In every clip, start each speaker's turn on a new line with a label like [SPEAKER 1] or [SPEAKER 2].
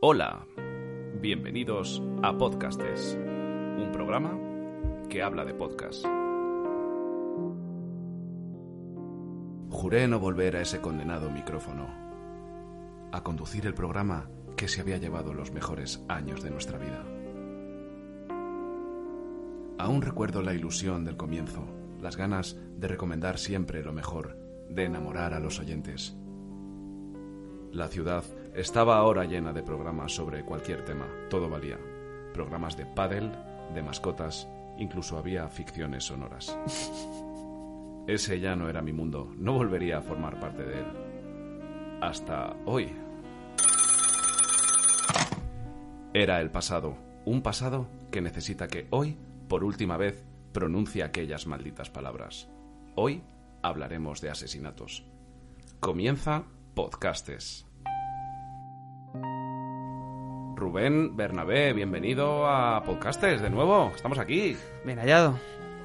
[SPEAKER 1] Hola, bienvenidos a Podcastes, un programa que habla de podcast. Juré no volver a ese condenado micrófono, a conducir el programa que se había llevado los mejores años de nuestra vida. Aún recuerdo la ilusión del comienzo, las ganas de recomendar siempre lo mejor, de enamorar a los oyentes. La ciudad estaba ahora llena de programas sobre cualquier tema, todo valía. Programas de pádel, de mascotas, incluso había ficciones sonoras. Ese ya no era mi mundo, no volvería a formar parte de él. Hasta hoy. Era el pasado, un pasado que necesita que hoy, por última vez, pronuncie aquellas malditas palabras. Hoy hablaremos de asesinatos. Comienza Podcastes. Rubén Bernabé, bienvenido a Podcastes de nuevo. Estamos aquí.
[SPEAKER 2] Bien hallado.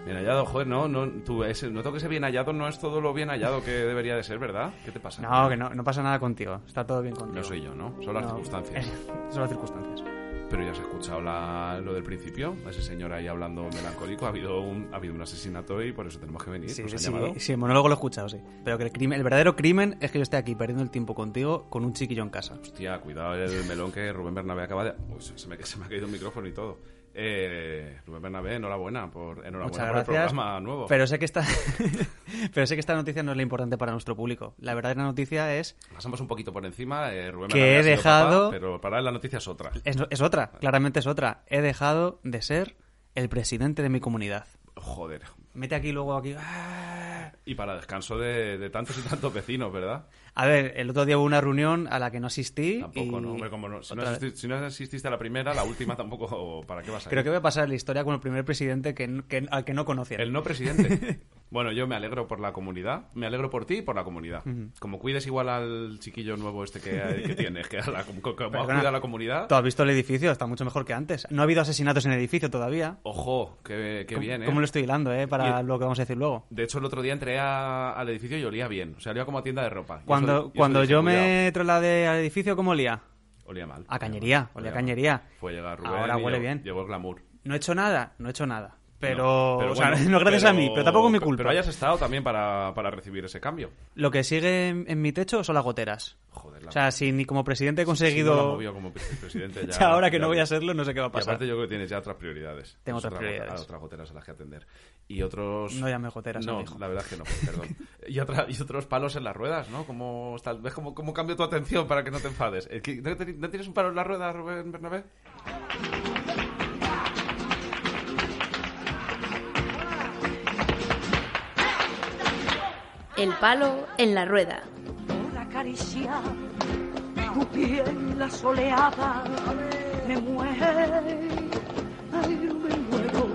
[SPEAKER 1] Bien hallado, joder, no, no, tú, ese, noto que ese bien hallado no es todo lo bien hallado que debería de ser, ¿verdad? ¿Qué te pasa?
[SPEAKER 2] No, que no, no pasa nada contigo. Está todo bien contigo.
[SPEAKER 1] No soy yo, ¿no? Son las
[SPEAKER 2] No.
[SPEAKER 1] circunstancias.
[SPEAKER 2] Son las circunstancias.
[SPEAKER 1] Pero ya has escuchado la- lo del principio, ese señor ahí hablando melancólico. Ha habido un, ha habido un asesinato y por eso tenemos que venir.
[SPEAKER 2] Sí,
[SPEAKER 1] Nos ¿Pues han
[SPEAKER 2] sí,
[SPEAKER 1] llamado.
[SPEAKER 2] sí, el monólogo lo he escuchado, sí. Pero que el, crimen, el verdadero crimen es que yo esté aquí perdiendo el tiempo contigo con un chiquillo en casa.
[SPEAKER 1] Hostia, cuidado el melón que Rubén Bernabé acaba de. Uy, se se me, se me ha caído el micrófono y todo. Eh, Rubén Bernabé, enhorabuena por, enhorabuena
[SPEAKER 2] Muchas
[SPEAKER 1] por
[SPEAKER 2] gracias.
[SPEAKER 1] el programa nuevo.
[SPEAKER 2] Pero sé que esta pero sé que esta noticia no es la importante para nuestro público. La verdadera noticia es
[SPEAKER 1] Pasamos un poquito por encima. eh, Rubén
[SPEAKER 2] Que
[SPEAKER 1] Bernabé
[SPEAKER 2] he
[SPEAKER 1] ha sido
[SPEAKER 2] dejado-
[SPEAKER 1] papá, pero para él la noticia es otra.
[SPEAKER 2] es, es otra, claramente es otra. He dejado de ser el presidente de mi comunidad.
[SPEAKER 1] Joder.
[SPEAKER 2] Mete aquí luego aquí. ah.
[SPEAKER 1] Y para descanso de, de tantos y tantos vecinos, ¿verdad?
[SPEAKER 2] A ver, el otro día hubo una reunión a la que no asistí.
[SPEAKER 1] Tampoco,
[SPEAKER 2] y-
[SPEAKER 1] ¿no? Hombre, como no- si, no
[SPEAKER 2] Otra vez.
[SPEAKER 1] asisti- si no asististe a la primera, la última tampoco. ¿Para qué vas a ir?
[SPEAKER 2] Creo que voy a pasar la historia como el primer presidente que, n- que- al que no conocía.
[SPEAKER 1] El no presidente. Bueno, yo me alegro por la comunidad, me alegro por ti y por la comunidad. Como cuides igual al chiquillo nuevo este que, que tienes, que a la, como, como
[SPEAKER 2] Perdona.
[SPEAKER 1] cuida a la comunidad.
[SPEAKER 2] ¿Tú has visto el edificio? Está mucho mejor que antes. No ha habido asesinatos en el edificio todavía.
[SPEAKER 1] Ojo, que, que
[SPEAKER 2] ¿Cómo-
[SPEAKER 1] bien, ¿eh?
[SPEAKER 2] ¿Cómo lo estoy hilando, eh? Para
[SPEAKER 1] Y-
[SPEAKER 2] lo que vamos a decir luego.
[SPEAKER 1] De hecho, el otro día entré a- al edificio y olía bien. O sea, olía como a tienda de ropa. Y
[SPEAKER 2] Cuando,
[SPEAKER 1] eso- y eso
[SPEAKER 2] cuando
[SPEAKER 1] dije,
[SPEAKER 2] yo
[SPEAKER 1] cuidado.
[SPEAKER 2] me trasladé al edificio, ¿cómo olía?
[SPEAKER 1] Olía mal.
[SPEAKER 2] A cañería, olía a cañería.
[SPEAKER 1] Fue llegar Rubén
[SPEAKER 2] Ahora
[SPEAKER 1] y
[SPEAKER 2] huele
[SPEAKER 1] llegó-
[SPEAKER 2] bien.
[SPEAKER 1] Llegó el glamour.
[SPEAKER 2] No he hecho nada, no he hecho nada. Pero,
[SPEAKER 1] No,
[SPEAKER 2] o sea,
[SPEAKER 1] bueno,
[SPEAKER 2] no gracias a
[SPEAKER 1] pero-
[SPEAKER 2] mí, pero tampoco es mi culpa.
[SPEAKER 1] Pero hayas estado también para, para recibir ese cambio.
[SPEAKER 2] Lo que sigue en, en mi techo son las goteras.
[SPEAKER 1] Joder, la
[SPEAKER 2] O sea, si ni como presidente
[SPEAKER 1] si
[SPEAKER 2] he
[SPEAKER 1] no
[SPEAKER 2] conseguido...
[SPEAKER 1] la ha movido como pre- presidente ya-
[SPEAKER 2] o sea, ahora que
[SPEAKER 1] ya-
[SPEAKER 2] no voy a serlo, no sé qué va a
[SPEAKER 1] Y
[SPEAKER 2] pasar.
[SPEAKER 1] aparte yo creo que tienes ya otras prioridades.
[SPEAKER 2] Tengo
[SPEAKER 1] Tienes
[SPEAKER 2] otras
[SPEAKER 1] otra-
[SPEAKER 2] prioridades.
[SPEAKER 1] Otras goteras a las que atender. Y otros...
[SPEAKER 2] No llames goteras a
[SPEAKER 1] No,
[SPEAKER 2] mi hijo.
[SPEAKER 1] la verdad es que no, perdón. y, otra- y otros palos en las ruedas, ¿no? Como, está- ¿Ves cómo, cómo cambio tu atención para que no te enfades? Eh, ¿que- ¿No, te- no tienes un palo en las ruedas, Rubén Bernabé?
[SPEAKER 3] El palo en la rueda.
[SPEAKER 4] por acariciar tu piel la soleada. Me muero, ay, me muero.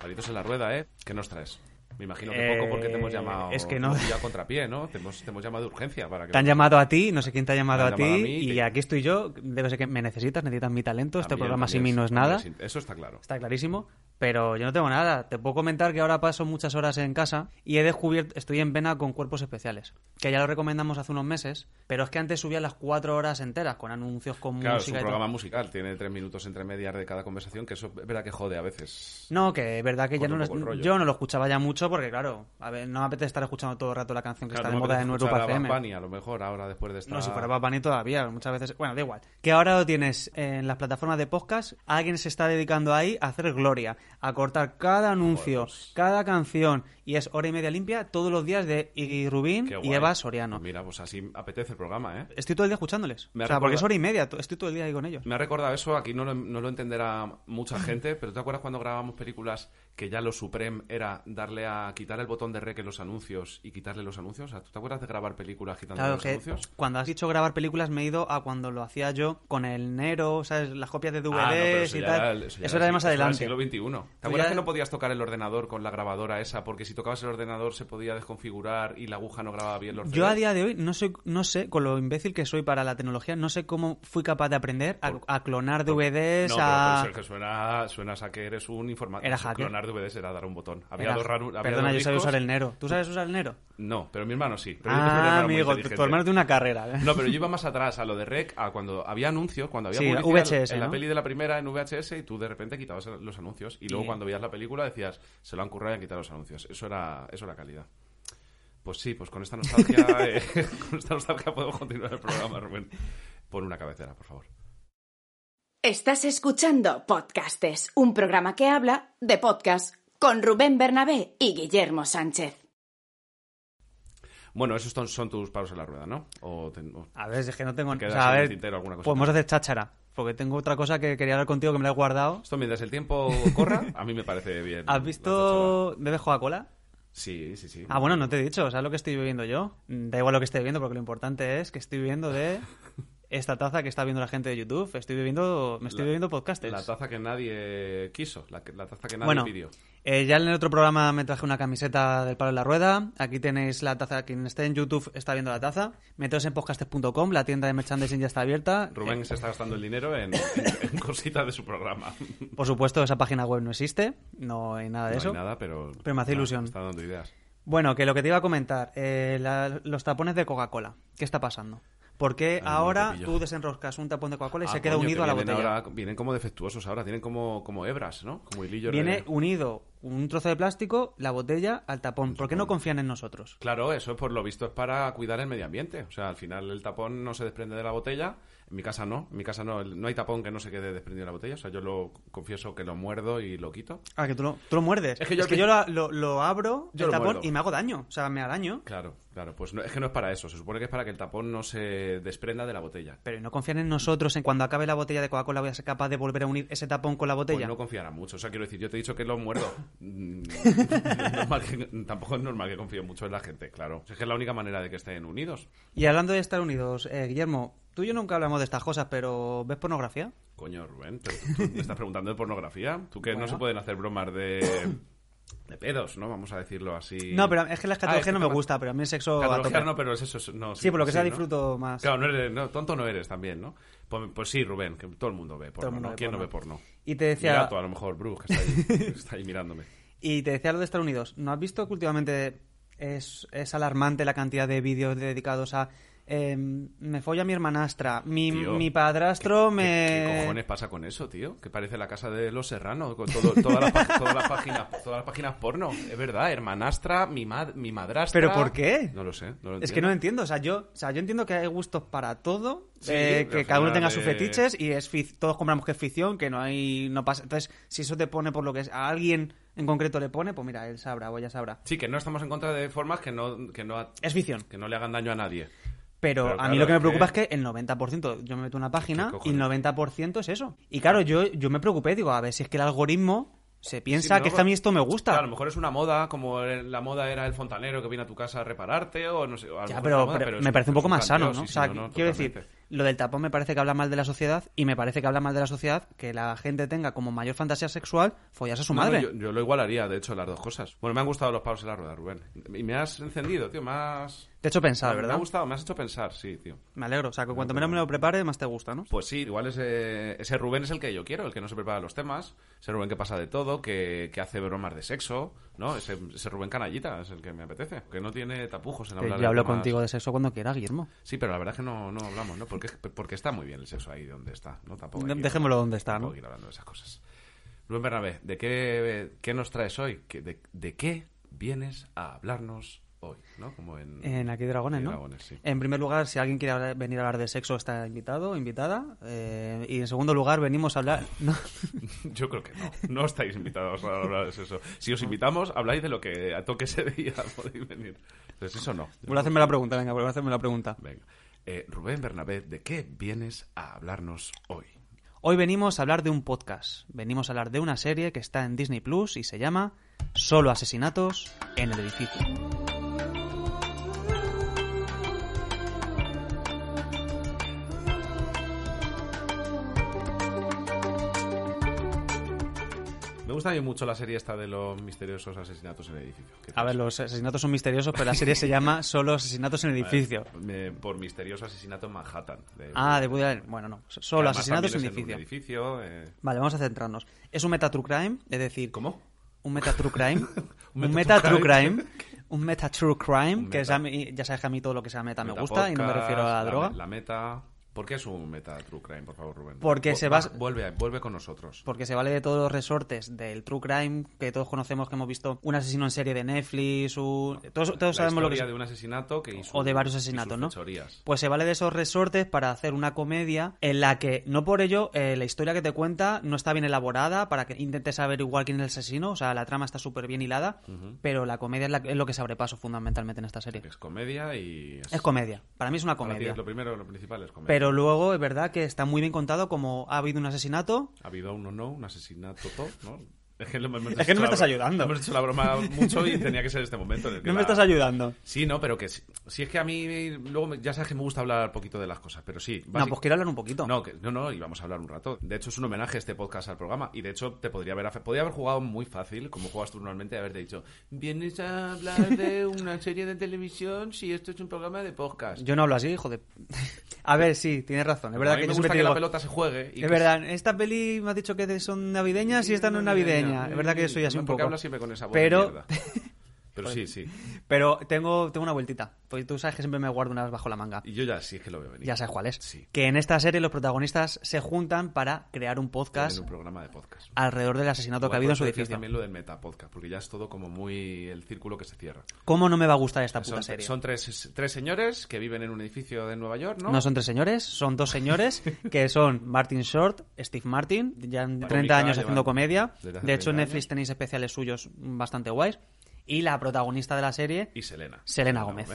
[SPEAKER 1] Palitos en la rueda, ¿eh? ¿Qué nos traes? Me imagino que
[SPEAKER 2] Eh,
[SPEAKER 1] poco porque te hemos llamado...
[SPEAKER 2] es que no.
[SPEAKER 1] Ya a contrapié, ¿no? Te hemos, te hemos llamado de urgencia para que...
[SPEAKER 2] Te han llamado a ti, no sé quién te ha llamado
[SPEAKER 1] Me han
[SPEAKER 2] a ti,
[SPEAKER 1] llamado a mí,
[SPEAKER 2] y
[SPEAKER 1] te-
[SPEAKER 2] aquí estoy yo. Debe ser que me necesitas, necesitas mi talento. Este
[SPEAKER 1] También,
[SPEAKER 2] programa sin mí
[SPEAKER 1] también,
[SPEAKER 2] no es nada,
[SPEAKER 1] también, Eso está claro.
[SPEAKER 2] está clarísimo. Pero yo no tengo nada. Te puedo comentar que ahora paso muchas horas en casa y he descubierto, estoy en vena con cuerpos especiales, que ya lo recomendamos hace unos meses, pero es que antes subía las cuatro horas enteras con anuncios, con
[SPEAKER 1] Claro, es un
[SPEAKER 2] música. y todo.
[SPEAKER 1] programa musical, tiene tres minutos entre medias de cada conversación, que eso es verdad que jode a veces.
[SPEAKER 2] No, que es verdad que ya
[SPEAKER 1] Corta
[SPEAKER 2] no
[SPEAKER 1] un
[SPEAKER 2] lo-
[SPEAKER 1] poco el rollo.
[SPEAKER 2] yo no lo escuchaba ya mucho porque claro, a ver, no me apetece estar escuchando todo el rato la canción que
[SPEAKER 1] Claro,
[SPEAKER 2] está de
[SPEAKER 1] no me
[SPEAKER 2] moda
[SPEAKER 1] apetece
[SPEAKER 2] en
[SPEAKER 1] escuchar
[SPEAKER 2] Europa
[SPEAKER 1] a Bad
[SPEAKER 2] FM.
[SPEAKER 1] Bunny, a lo mejor ahora después de esta...
[SPEAKER 2] No, si fuera Bad Bunny todavía, muchas veces. Bueno, da igual. Que ahora lo tienes en las plataformas de podcast. Alguien se está dedicando ahí a hacer gloria, a cortar cada anuncio,
[SPEAKER 1] pues.
[SPEAKER 2] cada canción. Y es hora y media limpia todos los días de Iggy Rubín
[SPEAKER 1] Qué guay.
[SPEAKER 2] y Eva Soriano.
[SPEAKER 1] Mira, pues así apetece el programa, ¿eh?
[SPEAKER 2] Estoy todo el día escuchándoles.
[SPEAKER 1] Me
[SPEAKER 2] o
[SPEAKER 1] ha
[SPEAKER 2] sea, porque es
[SPEAKER 1] recordado-
[SPEAKER 2] hora y media. to- Estoy todo el día ahí con ellos.
[SPEAKER 1] Me ha recordado eso, aquí no lo, no lo entenderá mucha gente, pero ¿te acuerdas cuando grabábamos películas que ya lo supreme era darle a quitar el botón de rec en los anuncios y quitarle los anuncios? O sea, ¿Tú te acuerdas de grabar películas quitando
[SPEAKER 2] Claro
[SPEAKER 1] los
[SPEAKER 2] que
[SPEAKER 1] anuncios?
[SPEAKER 2] cuando has dicho grabar películas me he ido a cuando lo hacía yo con el Nero, ¿sabes? Las copias de DVD
[SPEAKER 1] Ah, no, pero eso
[SPEAKER 2] y
[SPEAKER 1] ya
[SPEAKER 2] tal.
[SPEAKER 1] era el-
[SPEAKER 2] eso
[SPEAKER 1] ya
[SPEAKER 2] era de
[SPEAKER 1] el-
[SPEAKER 2] más
[SPEAKER 1] eso era el
[SPEAKER 2] adelante.
[SPEAKER 1] siglo XXI. bueno. ¿Te acuerdas
[SPEAKER 2] ya-
[SPEAKER 1] que no podías tocar el ordenador con la grabadora esa? Porque si tocabas el ordenador se podía desconfigurar y la aguja no grababa bien los
[SPEAKER 2] Yo a
[SPEAKER 1] CDs.
[SPEAKER 2] día de hoy no soy, no sé, con lo imbécil que soy para la tecnología, no sé cómo fui capaz de aprender a, a clonar DVDs,
[SPEAKER 1] No,
[SPEAKER 2] a...
[SPEAKER 1] pero, pero, Sergio, suena, suenas a que eres un informático.
[SPEAKER 2] Era hacker.
[SPEAKER 1] Clonar DVDs era dar un botón. Había
[SPEAKER 2] Era-
[SPEAKER 1] dos raru- había
[SPEAKER 2] Perdona,
[SPEAKER 1] dos
[SPEAKER 2] yo sabía
[SPEAKER 1] discos.
[SPEAKER 2] usar el Nero. ¿Tú sabes usar el Nero?
[SPEAKER 1] No, pero mi hermano sí. Pero yo también era
[SPEAKER 2] Ah,
[SPEAKER 1] muy
[SPEAKER 2] amigo, tu,
[SPEAKER 1] inteligente.
[SPEAKER 2] tu hermano de una carrera. ¿eh?
[SPEAKER 1] No, pero yo iba más atrás a lo de Rec, a cuando había anuncios, cuando había
[SPEAKER 2] Sí,
[SPEAKER 1] publicidad
[SPEAKER 2] VHS,
[SPEAKER 1] en la
[SPEAKER 2] ¿no?
[SPEAKER 1] peli de la primera en VHS y tú de repente quitabas los anuncios y luego
[SPEAKER 2] Y-
[SPEAKER 1] cuando veías la película decías, se lo han currado y han quitado los anuncios. Eso era eso era calidad. Pues sí, pues con esta nostalgia eh, con esta nostalgia podemos continuar el programa, Rubén. Pon una cabecera, por favor.
[SPEAKER 5] Estás escuchando Podcastes, un programa que habla de podcast con Rubén Bernabé y Guillermo Sánchez.
[SPEAKER 1] Bueno, esos ton- son tus paros en la rueda, ¿no? O te- o
[SPEAKER 2] A ver, es que no tengo...
[SPEAKER 1] te
[SPEAKER 2] O
[SPEAKER 1] quedas
[SPEAKER 2] sea, a
[SPEAKER 1] en el
[SPEAKER 2] ver,
[SPEAKER 1] tintero alguna cosa.
[SPEAKER 2] podemos hacer cháchara, porque tengo otra cosa que quería hablar contigo que me la he guardado.
[SPEAKER 1] Esto mientras el tiempo corra, a mí me parece bien.
[SPEAKER 2] ¿Has
[SPEAKER 1] La
[SPEAKER 2] visto... ¿Bebes Coca-Cola?
[SPEAKER 1] tachada. Sí, sí, sí.
[SPEAKER 2] Ah, bueno, no te he dicho, ¿sabes lo que estoy bebiendo yo? Mm, Da igual lo que esté bebiendo, porque lo importante es que estoy bebiendo de esta taza que está viendo la gente de YouTube. Estoy bebiendo, me estoy
[SPEAKER 1] La-
[SPEAKER 2] bebiendo podcasters.
[SPEAKER 1] La taza que nadie quiso, la, que- la taza que nadie
[SPEAKER 2] bueno,
[SPEAKER 1] pidió.
[SPEAKER 2] eh, ya en el otro programa me traje una camiseta del palo de la rueda. Aquí tenéis la taza. Quien esté en YouTube está viendo la taza. Meteos en podcasters.com, la tienda de merchandising ya está abierta.
[SPEAKER 1] Rubén
[SPEAKER 2] Eh,
[SPEAKER 1] se está gastando el dinero en, en- en cositas de su programa.
[SPEAKER 2] por supuesto, esa página web no existe, no hay nada de
[SPEAKER 1] No
[SPEAKER 2] eso.
[SPEAKER 1] hay nada, pero.
[SPEAKER 2] Pero me hace
[SPEAKER 1] nada,
[SPEAKER 2] ilusión.
[SPEAKER 1] Está dando ideas.
[SPEAKER 2] Bueno, que lo que te iba a comentar, eh, la- los tapones de Coca-Cola, ¿qué está pasando? ¿Por qué
[SPEAKER 1] Ay, no,
[SPEAKER 2] ahora
[SPEAKER 1] te pillo.
[SPEAKER 2] tú desenroscas un tapón de Coca-Cola y
[SPEAKER 1] Ah,
[SPEAKER 2] se queda
[SPEAKER 1] coño,
[SPEAKER 2] unido
[SPEAKER 1] que
[SPEAKER 2] a la
[SPEAKER 1] vienen
[SPEAKER 2] botella?
[SPEAKER 1] ahora- vienen como defectuosos ahora, tienen como, como hebras, ¿no? Como hilillos. de-
[SPEAKER 2] Viene unido un trozo de plástico, la botella al tapón. ¿Por qué no confían en nosotros?
[SPEAKER 1] Claro, eso es por lo visto es para cuidar el medio ambiente. O sea, al final el tapón no se desprende de la botella. En mi casa no. En mi casa no. el- No hay tapón que no se quede desprendido de la botella. O sea, yo lo confieso que lo muerdo y lo quito.
[SPEAKER 2] Ah, que tú lo, tú lo muerdes.
[SPEAKER 1] Es que yo al
[SPEAKER 2] la- lo, lo abro,
[SPEAKER 1] Yo
[SPEAKER 2] el
[SPEAKER 1] lo
[SPEAKER 2] tapón,
[SPEAKER 1] muerdo.
[SPEAKER 2] y me hago daño. O sea, me araño.
[SPEAKER 1] Claro, claro. Pues no- es que no es para eso. Se supone que es para que el tapón no se desprenda de la botella.
[SPEAKER 2] Pero no confían en nosotros en cuando acabe la botella de Coca-Cola voy a ser capaz de volver a unir ese tapón con la
[SPEAKER 1] Pues
[SPEAKER 2] botella.
[SPEAKER 1] no confiará mucho. O sea, quiero decir, yo te he dicho que lo muerdo. Mm, es normal que- tampoco es normal que confíe mucho en la gente, claro. Es que es la única manera de que estén unidos.
[SPEAKER 2] Y hablando de estar unidos, eh, Guillermo, tú y yo nunca hablamos de estas cosas, pero ¿ves pornografía?
[SPEAKER 1] Coño, Rubén, ¿tú, tú me estás preguntando de pornografía. Tú que
[SPEAKER 2] Bueno.
[SPEAKER 1] no se pueden hacer bromas de, de pedos, ¿no? Vamos a decirlo así.
[SPEAKER 2] No, pero es que
[SPEAKER 1] Ah,
[SPEAKER 2] la
[SPEAKER 1] es
[SPEAKER 2] escatología
[SPEAKER 1] que
[SPEAKER 2] no me
[SPEAKER 1] capa-
[SPEAKER 2] gusta, pero a mí el sexo... a
[SPEAKER 1] Escatología
[SPEAKER 2] tope.
[SPEAKER 1] no, pero es eso. es- No,
[SPEAKER 2] Sí, por lo que sea
[SPEAKER 1] ¿no?
[SPEAKER 2] disfruto más.
[SPEAKER 1] Claro, no eres- no, tonto no eres también, ¿no? Pues, pues sí, Rubén, que todo el mundo ve porno.
[SPEAKER 2] el mundo
[SPEAKER 1] ¿no?
[SPEAKER 2] ve
[SPEAKER 1] ¿Quién no
[SPEAKER 2] porno.
[SPEAKER 1] ve porno?
[SPEAKER 2] Y te
[SPEAKER 1] Mi
[SPEAKER 2] decía,
[SPEAKER 1] gato, a lo mejor, Bruce, que está ahí, está ahí mirándome.
[SPEAKER 2] y te decía lo de Estados Unidos. ¿No has visto que últimamente es, es alarmante la cantidad de vídeos dedicados a eh, me folla mi hermanastra, mi,
[SPEAKER 1] Tío,
[SPEAKER 2] mi padrastro me...
[SPEAKER 1] ¿Qué, qué cojones pasa con eso, tío? Que parece la casa de los serranos, con todo- todas, las, pag- todas las páginas, todas las páginas porno. Es verdad, hermanastra, mi, mad- mi madrastra.
[SPEAKER 2] ¿Pero por qué?
[SPEAKER 1] No lo sé. No lo
[SPEAKER 2] Es que no
[SPEAKER 1] entiendo.
[SPEAKER 2] entiendo, o sea, yo, o sea, yo entiendo que hay gustos para todo,
[SPEAKER 1] Sí,
[SPEAKER 2] eh,
[SPEAKER 1] pero
[SPEAKER 2] que
[SPEAKER 1] al
[SPEAKER 2] cada uno
[SPEAKER 1] final,
[SPEAKER 2] tenga sus
[SPEAKER 1] eh,
[SPEAKER 2] fetiches y es fic- todos compramos que es ficción, que no hay, no pasa. Entonces, si eso te pone por lo que es, a alguien en concreto le pone, pues mira, él sabrá o ella sabrá.
[SPEAKER 1] Sí, que no estamos en contra de formas que no, que no,
[SPEAKER 2] Es ficción.
[SPEAKER 1] que no le hagan daño a nadie.
[SPEAKER 2] Pero,
[SPEAKER 1] Pero
[SPEAKER 2] a mí
[SPEAKER 1] claro,
[SPEAKER 2] lo que me
[SPEAKER 1] es
[SPEAKER 2] preocupa
[SPEAKER 1] que-
[SPEAKER 2] es que el 90%, yo me meto en una página
[SPEAKER 1] ¿Qué
[SPEAKER 2] y el
[SPEAKER 1] cojones?
[SPEAKER 2] 90% es eso. Y claro, yo, yo me preocupé, digo, a ver si es que el algoritmo se piensa
[SPEAKER 1] Sí,
[SPEAKER 2] que
[SPEAKER 1] no,
[SPEAKER 2] es que a mí esto me gusta.
[SPEAKER 1] Claro, a lo mejor es una moda, como el- la moda era el fontanero que viene a tu casa a repararte, o no sé. o a lo
[SPEAKER 2] ya,
[SPEAKER 1] mejor
[SPEAKER 2] pero,
[SPEAKER 1] es una moda,
[SPEAKER 2] pero
[SPEAKER 1] pero es
[SPEAKER 2] me parece un
[SPEAKER 1] pero es
[SPEAKER 2] poco más sano, ¿no?
[SPEAKER 1] planteo,
[SPEAKER 2] o
[SPEAKER 1] sí, sí,
[SPEAKER 2] sea,
[SPEAKER 1] no, no,
[SPEAKER 2] quiero
[SPEAKER 1] totalmente.
[SPEAKER 2] decir, lo del tapón me parece que habla mal de la sociedad y me parece que habla mal de la sociedad que la gente tenga como mayor fantasía sexual follarse a su
[SPEAKER 1] No, no,
[SPEAKER 2] madre.
[SPEAKER 1] yo, yo lo igualaría, de hecho, las dos cosas. Bueno, me han gustado los palos en la rueda, Rubén. Y me has encendido, tío, más.
[SPEAKER 2] Te he hecho pensar,
[SPEAKER 1] Me ha
[SPEAKER 2] ¿verdad?
[SPEAKER 1] gustado, me has hecho pensar, sí, tío.
[SPEAKER 2] Me alegro, o sea, que cuanto menos me lo prepare, más te gusta, ¿no?
[SPEAKER 1] Pues sí, igual ese, ese Rubén es el que yo quiero, el que no se prepara los temas, ese Rubén que pasa de todo, que, que hace bromas de sexo, ¿no? Ese, ese Rubén canallita es el que me apetece, que no tiene tapujos en
[SPEAKER 2] Que
[SPEAKER 1] hablar
[SPEAKER 2] Pues yo
[SPEAKER 1] de
[SPEAKER 2] hablo
[SPEAKER 1] temas.
[SPEAKER 2] contigo de sexo cuando quiera, Guillermo.
[SPEAKER 1] Sí, pero la verdad es que no, no hablamos, ¿no? Porque, porque está muy bien el sexo ahí donde está, ¿no? Tampoco hay que ir-
[SPEAKER 2] Dejémoslo donde está,
[SPEAKER 1] tampoco
[SPEAKER 2] ¿no?
[SPEAKER 1] hay que ir hablando de esas cosas. Rubén Bernabé, ¿de qué, qué nos traes hoy? ¿Qué- De, de qué vienes a hablarnos hoy, no? Como en...
[SPEAKER 2] En Aquí hay Dragones,
[SPEAKER 1] Aquí hay
[SPEAKER 2] ¿no?
[SPEAKER 1] Dragones, sí.
[SPEAKER 2] En primer lugar, si alguien quiere hablar- venir a hablar de sexo, está invitado, invitada. eh, y en segundo lugar, venimos a hablar. No,
[SPEAKER 1] Yo creo que no. No estáis invitados a hablar de eso. Si os invitamos, habláis de lo que a toque ese día podéis venir. Entonces, eso no.
[SPEAKER 2] vuelve a hacerme la pregunta, venga, vuelve a hacerme la pregunta.
[SPEAKER 1] Venga. Eh, Rubén Bernabé, ¿de qué vienes a hablarnos hoy?
[SPEAKER 2] Hoy venimos a hablar de un podcast. Venimos a hablar de una serie que está en Disney Plus y se llama Solo asesinatos en el edificio.
[SPEAKER 1] Me gusta a mí mucho la serie esta de los misteriosos asesinatos en el edificio. ¿Qué
[SPEAKER 2] A ver,
[SPEAKER 1] piensas?
[SPEAKER 2] los asesinatos son misteriosos, pero la serie se llama Solo asesinatos en el edificio.
[SPEAKER 1] Me- por misterioso asesinato en Manhattan. de-
[SPEAKER 2] Ah, de Woody Allen. Bueno, no. Solo
[SPEAKER 1] Además,
[SPEAKER 2] asesinatos en
[SPEAKER 1] también
[SPEAKER 2] el
[SPEAKER 1] es un
[SPEAKER 2] edificio.
[SPEAKER 1] edificio, eh.
[SPEAKER 2] Vale, vamos a centrarnos. Es un meta true crime, es decir,
[SPEAKER 1] ¿Cómo?
[SPEAKER 2] un meta true crime,
[SPEAKER 1] Un meta
[SPEAKER 2] un meta
[SPEAKER 1] true
[SPEAKER 2] true
[SPEAKER 1] crime.
[SPEAKER 2] crime, un meta true crime,
[SPEAKER 1] Un
[SPEAKER 2] que
[SPEAKER 1] meta-
[SPEAKER 2] es a mí- ya sabes que a mí todo lo que sea meta me gusta y no me refiero a la droga.
[SPEAKER 1] La, meta. ¿Por qué es un meta true crime, por favor, Rubén?
[SPEAKER 2] Porque
[SPEAKER 1] Vu-
[SPEAKER 2] se basa-
[SPEAKER 1] va- Vuelve, vuelve con nosotros.
[SPEAKER 2] Porque se vale de todos los resortes del true crime que todos conocemos, que hemos visto un asesino en serie de Netflix, un- todos, todos
[SPEAKER 1] La
[SPEAKER 2] sabemos lo que
[SPEAKER 1] historia
[SPEAKER 2] es-
[SPEAKER 1] de un asesinato que hizo.
[SPEAKER 2] o de varios asesinatos, ¿no? Pues se vale de esos resortes para hacer una comedia en la que, no por ello, eh, la historia que te cuenta no está bien elaborada para que intentes averiguar quién es el asesino, o sea, la trama está súper bien hilada, pero la comedia es, la- es lo que se sobrepaso fundamentalmente en esta serie.
[SPEAKER 1] Es comedia y.
[SPEAKER 2] Es comedia, para mí es una
[SPEAKER 1] Para ti
[SPEAKER 2] comedia.
[SPEAKER 1] es Lo primero, lo principal es comedia.
[SPEAKER 2] Pero luego es verdad que está muy bien contado como ha habido un asesinato.
[SPEAKER 1] Ha habido uno no, un asesinato todo, ¿no? Es que, lo hemos
[SPEAKER 2] Es que no
[SPEAKER 1] hecho
[SPEAKER 2] me
[SPEAKER 1] la
[SPEAKER 2] estás
[SPEAKER 1] bro-
[SPEAKER 2] ayudando.
[SPEAKER 1] Hemos hecho la broma mucho y tenía que ser este momento. en el que
[SPEAKER 2] No me
[SPEAKER 1] la-
[SPEAKER 2] estás ayudando.
[SPEAKER 1] Sí, no, pero que si, si es que a mí luego me- ya sabes que me gusta hablar poquito de las cosas, pero sí.
[SPEAKER 2] No,
[SPEAKER 1] básic-
[SPEAKER 2] pues quiero hablar un poquito.
[SPEAKER 1] No, que- no, no, y vamos a hablar un rato. De hecho, es un homenaje este podcast al programa. Y de hecho, te podría haber, afe- podría haber jugado muy fácil, como juegas tú normalmente, y haberte dicho: Vienes a hablar de una serie de televisión si esto es un programa de podcast.
[SPEAKER 2] Yo no hablo así, hijo de... A ver, sí, tienes razón. Es
[SPEAKER 1] Como
[SPEAKER 2] verdad
[SPEAKER 1] a mí
[SPEAKER 2] que
[SPEAKER 1] me
[SPEAKER 2] yo
[SPEAKER 1] gusta que
[SPEAKER 2] siempre te
[SPEAKER 1] la
[SPEAKER 2] digo-
[SPEAKER 1] pelota se juegue. y
[SPEAKER 2] Es
[SPEAKER 1] que-
[SPEAKER 2] verdad, esta peli me has dicho que son navideñas y esta no es navideña. Es verdad que yo soy así
[SPEAKER 1] No,
[SPEAKER 2] un
[SPEAKER 1] porque
[SPEAKER 2] poco.
[SPEAKER 1] hablas siempre con esa voz de
[SPEAKER 2] Pero,
[SPEAKER 1] mierda. Pero sí, sí.
[SPEAKER 2] pero tengo, tengo una vueltita. Porque tú sabes que siempre me guardo unas bajo la manga.
[SPEAKER 1] Y yo ya sí es que lo veo venir.
[SPEAKER 2] Ya sabes cuál es.
[SPEAKER 1] Sí.
[SPEAKER 2] Que en esta serie los protagonistas se juntan para crear un podcast
[SPEAKER 1] En un programa de podcast.
[SPEAKER 2] alrededor del asesinato que
[SPEAKER 1] Igual
[SPEAKER 2] ha
[SPEAKER 1] por
[SPEAKER 2] habido en su
[SPEAKER 1] eso decías
[SPEAKER 2] edificio.
[SPEAKER 1] también lo del metapodcast, porque ya es todo como muy el círculo que se cierra.
[SPEAKER 2] ¿Cómo no me va a gustar esta puta
[SPEAKER 1] Son,
[SPEAKER 2] serie?
[SPEAKER 1] son tres, tres señores que viven en un edificio de Nueva York, ¿no?
[SPEAKER 2] No son tres señores, son dos señores que son Martin Short, Steve Martin, ya en 30
[SPEAKER 1] Cómica,
[SPEAKER 2] años haciendo
[SPEAKER 1] llevan
[SPEAKER 2] comedia.
[SPEAKER 1] desde hace
[SPEAKER 2] De
[SPEAKER 1] 30
[SPEAKER 2] hecho, en Netflix
[SPEAKER 1] años.
[SPEAKER 2] tenéis especiales suyos bastante guays. Y la protagonista de la serie
[SPEAKER 1] Y Selena.
[SPEAKER 2] Selena Gómez.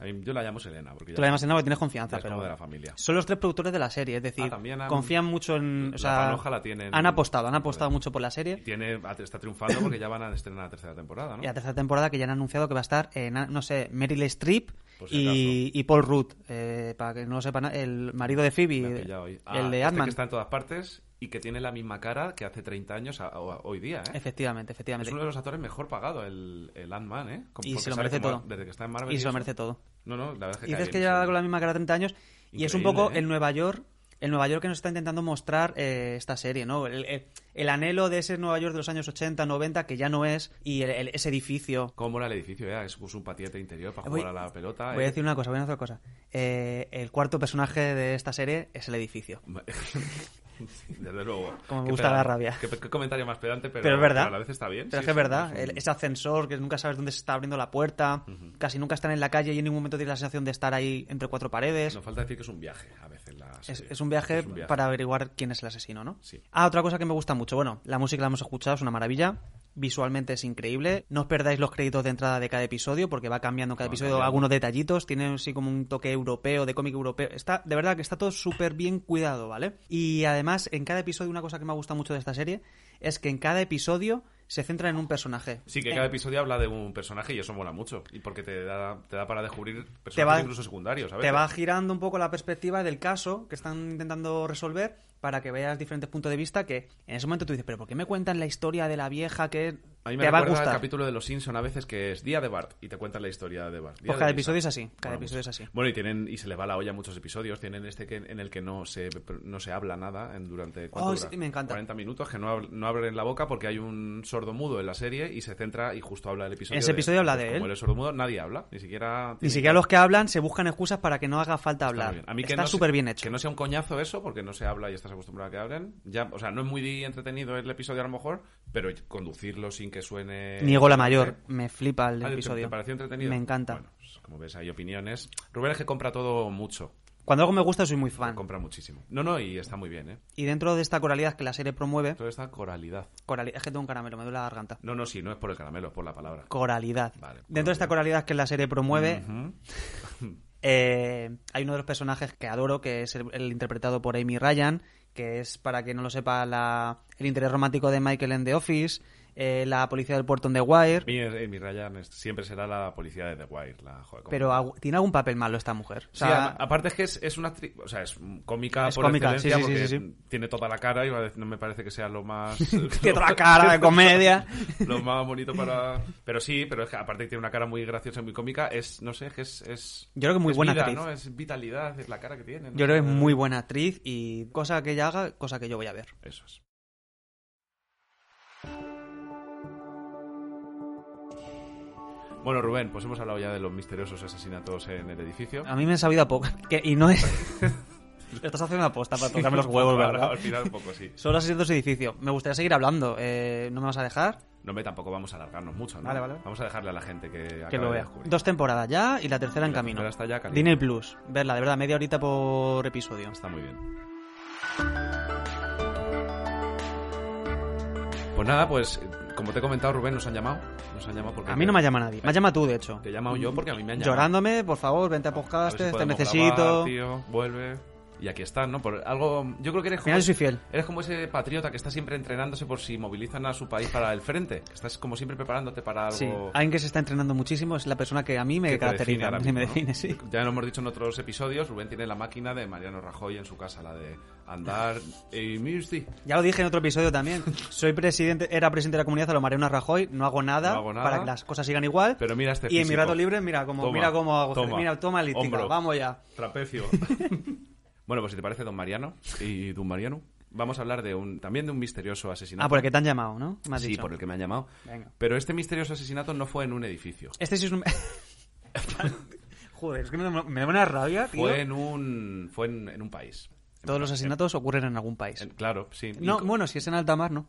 [SPEAKER 1] A mí- yo la llamo Selena, porque
[SPEAKER 2] Tú
[SPEAKER 1] ya-
[SPEAKER 2] la llamas en porque
[SPEAKER 1] ya
[SPEAKER 2] tienes confianza,
[SPEAKER 1] es
[SPEAKER 2] pero.
[SPEAKER 1] como de la familia.
[SPEAKER 2] Son los tres productores de la serie, es decir,
[SPEAKER 1] Ah, también han-
[SPEAKER 2] confían mucho en.
[SPEAKER 1] la
[SPEAKER 2] O sea,
[SPEAKER 1] panoja la tienen-
[SPEAKER 2] han apostado, han apostado mucho por la serie.
[SPEAKER 1] Y tiene, está triunfando porque ya van a estrenar la tercera temporada, ¿no?
[SPEAKER 2] Y la tercera temporada que ya han anunciado que va a estar, eh, na- no sé, Meryl Streep
[SPEAKER 1] Por si
[SPEAKER 2] y, y Paul Rudd. eh, para que no lo sepan, el marido de
[SPEAKER 1] Me han
[SPEAKER 2] Phoebe,
[SPEAKER 1] pillado ahí. Ah,
[SPEAKER 2] el de
[SPEAKER 1] este
[SPEAKER 2] Ant-Man.
[SPEAKER 1] que está en todas partes y que tiene la misma cara que hace 30 años a- a- hoy día, ¿eh?
[SPEAKER 2] Efectivamente,
[SPEAKER 1] Es
[SPEAKER 2] efectivamente.
[SPEAKER 1] uno de los actores mejor pagado, el, el Ant-Man, ¿eh? Como-
[SPEAKER 2] Y
[SPEAKER 1] porque
[SPEAKER 2] se lo
[SPEAKER 1] sale
[SPEAKER 2] merece
[SPEAKER 1] como-
[SPEAKER 2] todo.
[SPEAKER 1] Desde que está en Marvel.
[SPEAKER 2] Y se lo
[SPEAKER 1] eso.
[SPEAKER 2] merece todo.
[SPEAKER 1] No, no, la verdad es que.
[SPEAKER 2] Y dices
[SPEAKER 1] cae
[SPEAKER 2] que
[SPEAKER 1] bien,
[SPEAKER 2] lleva
[SPEAKER 1] sí.
[SPEAKER 2] con la misma cara 30 años y es un
[SPEAKER 1] Increíble,
[SPEAKER 2] poco
[SPEAKER 1] ¿eh?
[SPEAKER 2] el Nueva York, el Nueva York que nos está intentando mostrar eh, esta serie, ¿no? El, el- el anhelo de ese Nueva York de los años 80, 90 que ya no es y el- el- ese edificio.
[SPEAKER 1] ¿Cómo mola el edificio? ¿eh? Es un patiete interior para
[SPEAKER 2] Voy-
[SPEAKER 1] jugar a la pelota.
[SPEAKER 2] Voy a
[SPEAKER 1] ¿eh?
[SPEAKER 2] decir una cosa, voy a decir otra cosa. Eh, el cuarto personaje de esta serie es el edificio.
[SPEAKER 1] Desde luego.
[SPEAKER 2] Como me
[SPEAKER 1] Qué
[SPEAKER 2] gusta la
[SPEAKER 1] pedante.
[SPEAKER 2] rabia.
[SPEAKER 1] Qué, qué comentario más pedante, pero,
[SPEAKER 2] Pero es verdad.
[SPEAKER 1] a la vez está bien.
[SPEAKER 2] Pero
[SPEAKER 1] sí,
[SPEAKER 2] es que es
[SPEAKER 1] sí,
[SPEAKER 2] verdad.
[SPEAKER 1] un-
[SPEAKER 2] el- ese ascensor que nunca sabes dónde se está abriendo la puerta. Casi nunca están en la calle y en ningún momento tienes la sensación de estar ahí entre cuatro paredes.
[SPEAKER 1] Nos falta decir que es un viaje a veces. La
[SPEAKER 2] Es,
[SPEAKER 1] serie.
[SPEAKER 2] es un viaje
[SPEAKER 1] Ah, Es un
[SPEAKER 2] para averiguar quién es el asesino, ¿no?
[SPEAKER 1] Sí.
[SPEAKER 2] Ah, otra cosa que me gusta mucho. Bueno, la música la hemos escuchado, es una maravilla. Visualmente es increíble. No os perdáis los créditos de entrada de cada episodio porque va cambiando cada
[SPEAKER 1] Van
[SPEAKER 2] episodio
[SPEAKER 1] cambiando.
[SPEAKER 2] algunos detallitos. Tiene así como un toque europeo, de cómic europeo. Está, de verdad que está todo súper bien cuidado, ¿vale? Y además, en cada episodio, una cosa que me gusta mucho de esta serie es que en cada episodio se centra en un personaje.
[SPEAKER 1] Sí, que
[SPEAKER 2] Eh,
[SPEAKER 1] cada episodio habla de un personaje y eso mola mucho. Y porque te da, te da para descubrir personajes
[SPEAKER 2] va-
[SPEAKER 1] incluso secundarios. A
[SPEAKER 2] te
[SPEAKER 1] veces.
[SPEAKER 2] va girando un poco la perspectiva del caso que están intentando resolver para que veas diferentes puntos de vista que en ese momento tú dices, pero ¿por qué me cuentan la historia de la vieja que
[SPEAKER 1] A mí me
[SPEAKER 2] te va
[SPEAKER 1] recuerda
[SPEAKER 2] a
[SPEAKER 1] el
[SPEAKER 2] gustar?
[SPEAKER 1] capítulo de Los Simpson a veces que es Día de Bart y te cuentan la historia de Bart. Día
[SPEAKER 2] Pues
[SPEAKER 1] de
[SPEAKER 2] cada
[SPEAKER 1] Lisa.
[SPEAKER 2] episodio es así, cada
[SPEAKER 1] Mola
[SPEAKER 2] episodio
[SPEAKER 1] mucho.
[SPEAKER 2] es así.
[SPEAKER 1] Bueno, y tienen y se le va la olla a muchos episodios. Tienen este que, en el que no se no se habla nada en, durante ¿cuánto
[SPEAKER 2] Oh,
[SPEAKER 1] dura?
[SPEAKER 2] sí, me encanta.
[SPEAKER 1] 40 minutos que no, hab- no abren la boca porque hay un sordo mudo en la serie y se centra y justo habla el episodio. pues
[SPEAKER 2] Ese episodio habla de
[SPEAKER 1] Como
[SPEAKER 2] él.
[SPEAKER 1] el sordo mudo, nadie habla, ni siquiera.
[SPEAKER 2] Ni
[SPEAKER 1] tiene-
[SPEAKER 2] siquiera los que hablan se buscan excusas para que no haga falta
[SPEAKER 1] Está
[SPEAKER 2] hablar.
[SPEAKER 1] muy bien. A mí que
[SPEAKER 2] Está
[SPEAKER 1] no se-
[SPEAKER 2] súper bien hecho.
[SPEAKER 1] Que no sea un coñazo eso, porque no se habla y estás acostumbrado a que hablen. Ya, o sea, no es muy entretenido el episodio a lo mejor, pero conducirlo sin que suene.
[SPEAKER 2] Niego la mayor, me flipa el
[SPEAKER 1] Ah, ¿te-
[SPEAKER 2] episodio.
[SPEAKER 1] ¿Te pareció entretenido?
[SPEAKER 2] Me encanta.
[SPEAKER 1] Bueno, pues, como ves, hay opiniones. Rubén es que compra todo mucho.
[SPEAKER 2] Cuando algo me gusta soy muy fan.
[SPEAKER 1] Compra muchísimo. No, no, y está muy bien, ¿eh?
[SPEAKER 2] Y dentro de esta coralidad que la serie promueve,
[SPEAKER 1] Toda esta coralidad.
[SPEAKER 2] coralidad, es que tengo un caramelo, me duele la garganta.
[SPEAKER 1] No, no, sí, no es por el caramelo, es por la palabra.
[SPEAKER 2] Coralidad.
[SPEAKER 1] Vale,
[SPEAKER 2] dentro de esta coralidad que la serie promueve,
[SPEAKER 1] Ujú.
[SPEAKER 2] Eh, hay uno de los personajes que adoro, que es el, el interpretado por Amy Ryan, que es, para que no lo sepa, la- el interés romántico de Michael en The Office. eh, la policía del puerto en The Wire.
[SPEAKER 1] Mi, eh, mi Ryan es- siempre será la policía de The Wire. La, joder, ¿cómo?
[SPEAKER 2] Pero agu- tiene algún papel malo esta mujer. O
[SPEAKER 1] Sí, a-
[SPEAKER 2] sea,
[SPEAKER 1] aparte es que es, es una actriz, o sea, es cómica
[SPEAKER 2] Es
[SPEAKER 1] por
[SPEAKER 2] cómica,
[SPEAKER 1] excelencia
[SPEAKER 2] sí, sí, sí,
[SPEAKER 1] porque tiene toda la cara y no me parece que sea lo más...
[SPEAKER 2] tiene toda la cara de comedia.
[SPEAKER 1] lo más bonito para... Pero sí, pero es que aparte tiene una cara muy graciosa y muy cómica, es, no sé, es que es... es-
[SPEAKER 2] Yo creo que muy
[SPEAKER 1] es
[SPEAKER 2] buena
[SPEAKER 1] vida,
[SPEAKER 2] actriz.
[SPEAKER 1] ¿no? Es vitalidad, es la cara que tiene. ¿no?
[SPEAKER 2] Yo creo que es muy buena actriz y cosa que ella haga, cosa que yo voy a ver.
[SPEAKER 1] Eso es. Bueno, Rubén, pues hemos hablado ya de los misteriosos asesinatos en el edificio.
[SPEAKER 2] A mí me he sabido a poco. Que, y no es. Lo estás haciendo una posta para tocarme los huevos,
[SPEAKER 1] Ahora,
[SPEAKER 2] ¿verdad?
[SPEAKER 1] Al final un poco, sí.
[SPEAKER 2] Solo asesinos de edificio. Me gustaría seguir hablando. eh, ¿No me vas a dejar?
[SPEAKER 1] No, me tampoco vamos a alargarnos mucho, ¿no?
[SPEAKER 2] Vale, vale.
[SPEAKER 1] Vamos a dejarle a la gente que,
[SPEAKER 2] Que
[SPEAKER 1] acabe
[SPEAKER 2] lo
[SPEAKER 1] de
[SPEAKER 2] vea.
[SPEAKER 1] descubrir.
[SPEAKER 2] Dos temporadas ya y la tercera en
[SPEAKER 1] La
[SPEAKER 2] camino.
[SPEAKER 1] tercera está ya caliente.
[SPEAKER 2] Disney Plus. Verla, de verdad, media horita por episodio.
[SPEAKER 1] Está muy bien. Pues nada, pues eh, como te he comentado, Rubén, nos han llamado. Nos han llamado porque
[SPEAKER 2] A mí no me llama nadie. Me has llamado tú, de hecho.
[SPEAKER 1] Te he llamado yo porque a mí me han llamado.
[SPEAKER 2] Llorándome, por favor, vente a
[SPEAKER 1] A ver
[SPEAKER 2] podcast,
[SPEAKER 1] si
[SPEAKER 2] te
[SPEAKER 1] podemos
[SPEAKER 2] este necesito.
[SPEAKER 1] grabar, tío, vuelve. Y aquí están, ¿no? Por algo. Yo creo que eres
[SPEAKER 2] Al
[SPEAKER 1] como,
[SPEAKER 2] final soy fiel.
[SPEAKER 1] eres como ese patriota que está siempre entrenándose por si movilizan a su país para el frente. Estás como siempre preparándote para algo.
[SPEAKER 2] Sí, alguien que se está entrenando muchísimo es la persona que a mí me
[SPEAKER 1] que te define
[SPEAKER 2] caracteriza,
[SPEAKER 1] ahora
[SPEAKER 2] me
[SPEAKER 1] mismo, ¿no?
[SPEAKER 2] define, sí.
[SPEAKER 1] Ya lo hemos dicho en otros episodios, Rubén tiene la máquina de Mariano Rajoy en su casa, la de andar y Mirsti.
[SPEAKER 2] Ya lo dije en otro episodio también. Soy presidente, era presidente de la comunidad, lo maré una Rajoy, no hago, nada
[SPEAKER 1] No hago nada.
[SPEAKER 2] para que las cosas sigan igual.
[SPEAKER 1] Pero mira este
[SPEAKER 2] Y en mi
[SPEAKER 1] físico.
[SPEAKER 2] rato libre, mira cómo,
[SPEAKER 1] Toma,
[SPEAKER 2] mira cómo hago.
[SPEAKER 1] toma,
[SPEAKER 2] mira, toma elíptica,
[SPEAKER 1] hombro.
[SPEAKER 2] vamos ya.
[SPEAKER 1] Trapecio. bueno, pues si te parece, don Mariano y don Mariano, vamos a hablar de un también de un misterioso asesinato.
[SPEAKER 2] Ah, por el que te han llamado, ¿no? Me has
[SPEAKER 1] sí,
[SPEAKER 2] dicho.
[SPEAKER 1] por el que me han llamado.
[SPEAKER 2] Venga.
[SPEAKER 1] Pero este misterioso asesinato no fue en un edificio.
[SPEAKER 2] Este sí es un... Joder, es que me, me da una rabia, tío.
[SPEAKER 1] Fue en un fue en, en un país.
[SPEAKER 2] Todos los asesinatos ocurren en algún
[SPEAKER 1] En-
[SPEAKER 2] país.
[SPEAKER 1] claro, sí. Y
[SPEAKER 2] No,
[SPEAKER 1] co-
[SPEAKER 2] bueno, si es en alta mar, no.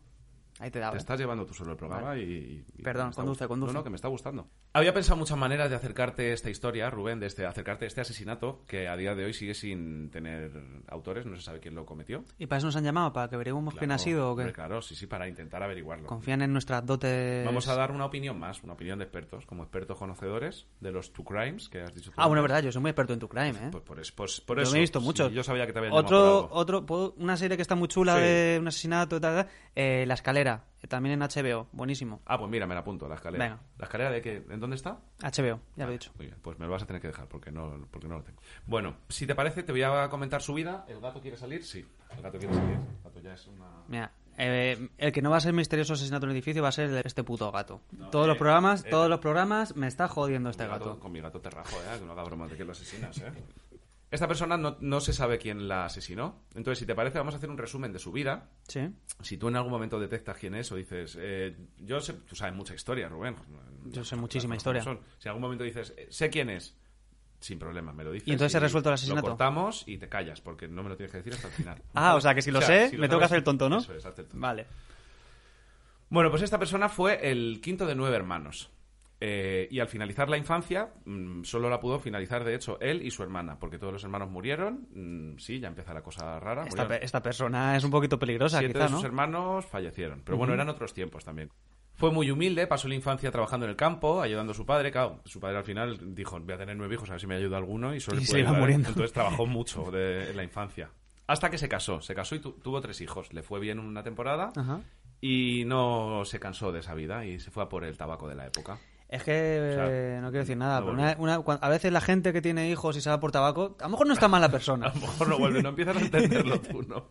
[SPEAKER 2] Ahí te da.
[SPEAKER 1] Te estás llevando tú solo el programa
[SPEAKER 2] Vale.
[SPEAKER 1] y, y-
[SPEAKER 2] Perdón,
[SPEAKER 1] me está
[SPEAKER 2] conduce,
[SPEAKER 1] gustando.
[SPEAKER 2] conduce.
[SPEAKER 1] No, no, que me está gustando. Había pensado muchas maneras de acercarte a esta historia, Rubén, de este, acercarte a este asesinato que a día de hoy sigue sin tener autores, no se sabe quién lo cometió.
[SPEAKER 2] ¿Y para eso nos han llamado? ¿Para que averiguemos quién ha
[SPEAKER 1] Claro,
[SPEAKER 2] sido o
[SPEAKER 1] hombre,
[SPEAKER 2] qué?
[SPEAKER 1] Claro, sí, sí, para intentar averiguarlo.
[SPEAKER 2] Confían en nuestras dotes...
[SPEAKER 1] Vamos a dar una opinión más, una opinión de expertos, como expertos conocedores de los two crimes que has dicho tú.
[SPEAKER 2] Ah, bueno, es verdad, yo soy muy experto en tu crime, ¿eh?
[SPEAKER 1] Pues por, es- pues por
[SPEAKER 2] yo
[SPEAKER 1] eso.
[SPEAKER 2] me he visto
[SPEAKER 1] sí,
[SPEAKER 2] muchos.
[SPEAKER 1] yo sabía que te había
[SPEAKER 2] otro, otro, ¿puedo? una serie que está muy chula
[SPEAKER 1] Sí.
[SPEAKER 2] de un asesinato, tal, tal, eh, La Escalera, eh, también en HBO, buenísimo.
[SPEAKER 1] Ah, pues mira, me la apunto, la escalera.
[SPEAKER 2] Venga.
[SPEAKER 1] ¿La escalera de qué? ¿En dónde está?
[SPEAKER 2] HBO, ya lo he dicho.
[SPEAKER 1] Muy bien, pues me lo vas a tener que dejar porque no, porque no lo tengo. Bueno, si te parece, te voy a comentar su vida. ¿El gato quiere salir? Sí, el gato quiere salir. El gato ya es una...
[SPEAKER 2] Mira, eh, el que no va a ser misterioso asesinato en el edificio va a ser el- este puto gato. todos
[SPEAKER 1] eh,
[SPEAKER 2] los programas, todos los programas, me está jodiendo este
[SPEAKER 1] Mi
[SPEAKER 2] gato.
[SPEAKER 1] Con mi gato te rajo, ¿eh? Que no haga bromas de que lo asesinas, ¿eh? Esta persona no, no se sabe quién la asesinó. Entonces, si te parece, vamos a hacer un resumen de su vida.
[SPEAKER 2] Sí.
[SPEAKER 1] Si tú en algún momento detectas quién es o dices, eh, yo sé, tú sabes mucha historia, Rubén.
[SPEAKER 2] Yo sé
[SPEAKER 1] Las
[SPEAKER 2] muchísima
[SPEAKER 1] cosas como
[SPEAKER 2] historia.
[SPEAKER 1] son. Si en algún momento dices, eh, sé quién es, sin problema, me lo dices.
[SPEAKER 2] ¿Y entonces se ha resuelto el asesinato?
[SPEAKER 1] Lo cortamos y te callas, porque no me lo tienes que decir hasta el final.
[SPEAKER 2] Ah, o sea, que si lo sé, me tengo que
[SPEAKER 1] sabes-
[SPEAKER 2] hacer el tonto, ¿no?
[SPEAKER 1] Eso es, hazte el tonto.
[SPEAKER 2] Vale.
[SPEAKER 1] Bueno, pues esta persona fue el quinto de nueve hermanos. Eh, y al finalizar la infancia, mm, solo la pudo finalizar, de hecho, él y su hermana, porque todos los hermanos murieron. Mm, sí, ya empieza la cosa rara.
[SPEAKER 2] Esta,
[SPEAKER 1] murieron.
[SPEAKER 2] pe- esta persona es un poquito peligrosa,
[SPEAKER 1] Siete
[SPEAKER 2] quizá,
[SPEAKER 1] de
[SPEAKER 2] ¿no?
[SPEAKER 1] sus hermanos fallecieron. Pero bueno, eran otros tiempos también. Fue muy humilde, pasó la infancia trabajando en el campo, ayudando a su padre. Claro, su padre al final dijo, voy a tener nueve hijos, a ver si me ayuda alguno. Y solo
[SPEAKER 2] Y
[SPEAKER 1] le
[SPEAKER 2] se
[SPEAKER 1] pude
[SPEAKER 2] iba
[SPEAKER 1] ayudar.
[SPEAKER 2] muriendo.
[SPEAKER 1] Entonces trabajó mucho de- en la infancia. Hasta que se casó. Se casó y tu- tuvo tres hijos. Le fue bien una temporada
[SPEAKER 2] Ajá.
[SPEAKER 1] y no se cansó de esa vida y se fue a por el tabaco de la época.
[SPEAKER 2] Es que
[SPEAKER 1] sea,
[SPEAKER 2] eh, no quiero decir nada,
[SPEAKER 1] no
[SPEAKER 2] pero una-
[SPEAKER 1] volvió.
[SPEAKER 2] una- cuan- a veces la gente que tiene hijos y se va por tabaco, a lo mejor no está mala persona.
[SPEAKER 1] A lo mejor no vuelve, no empiezas a entenderlo tú, ¿no?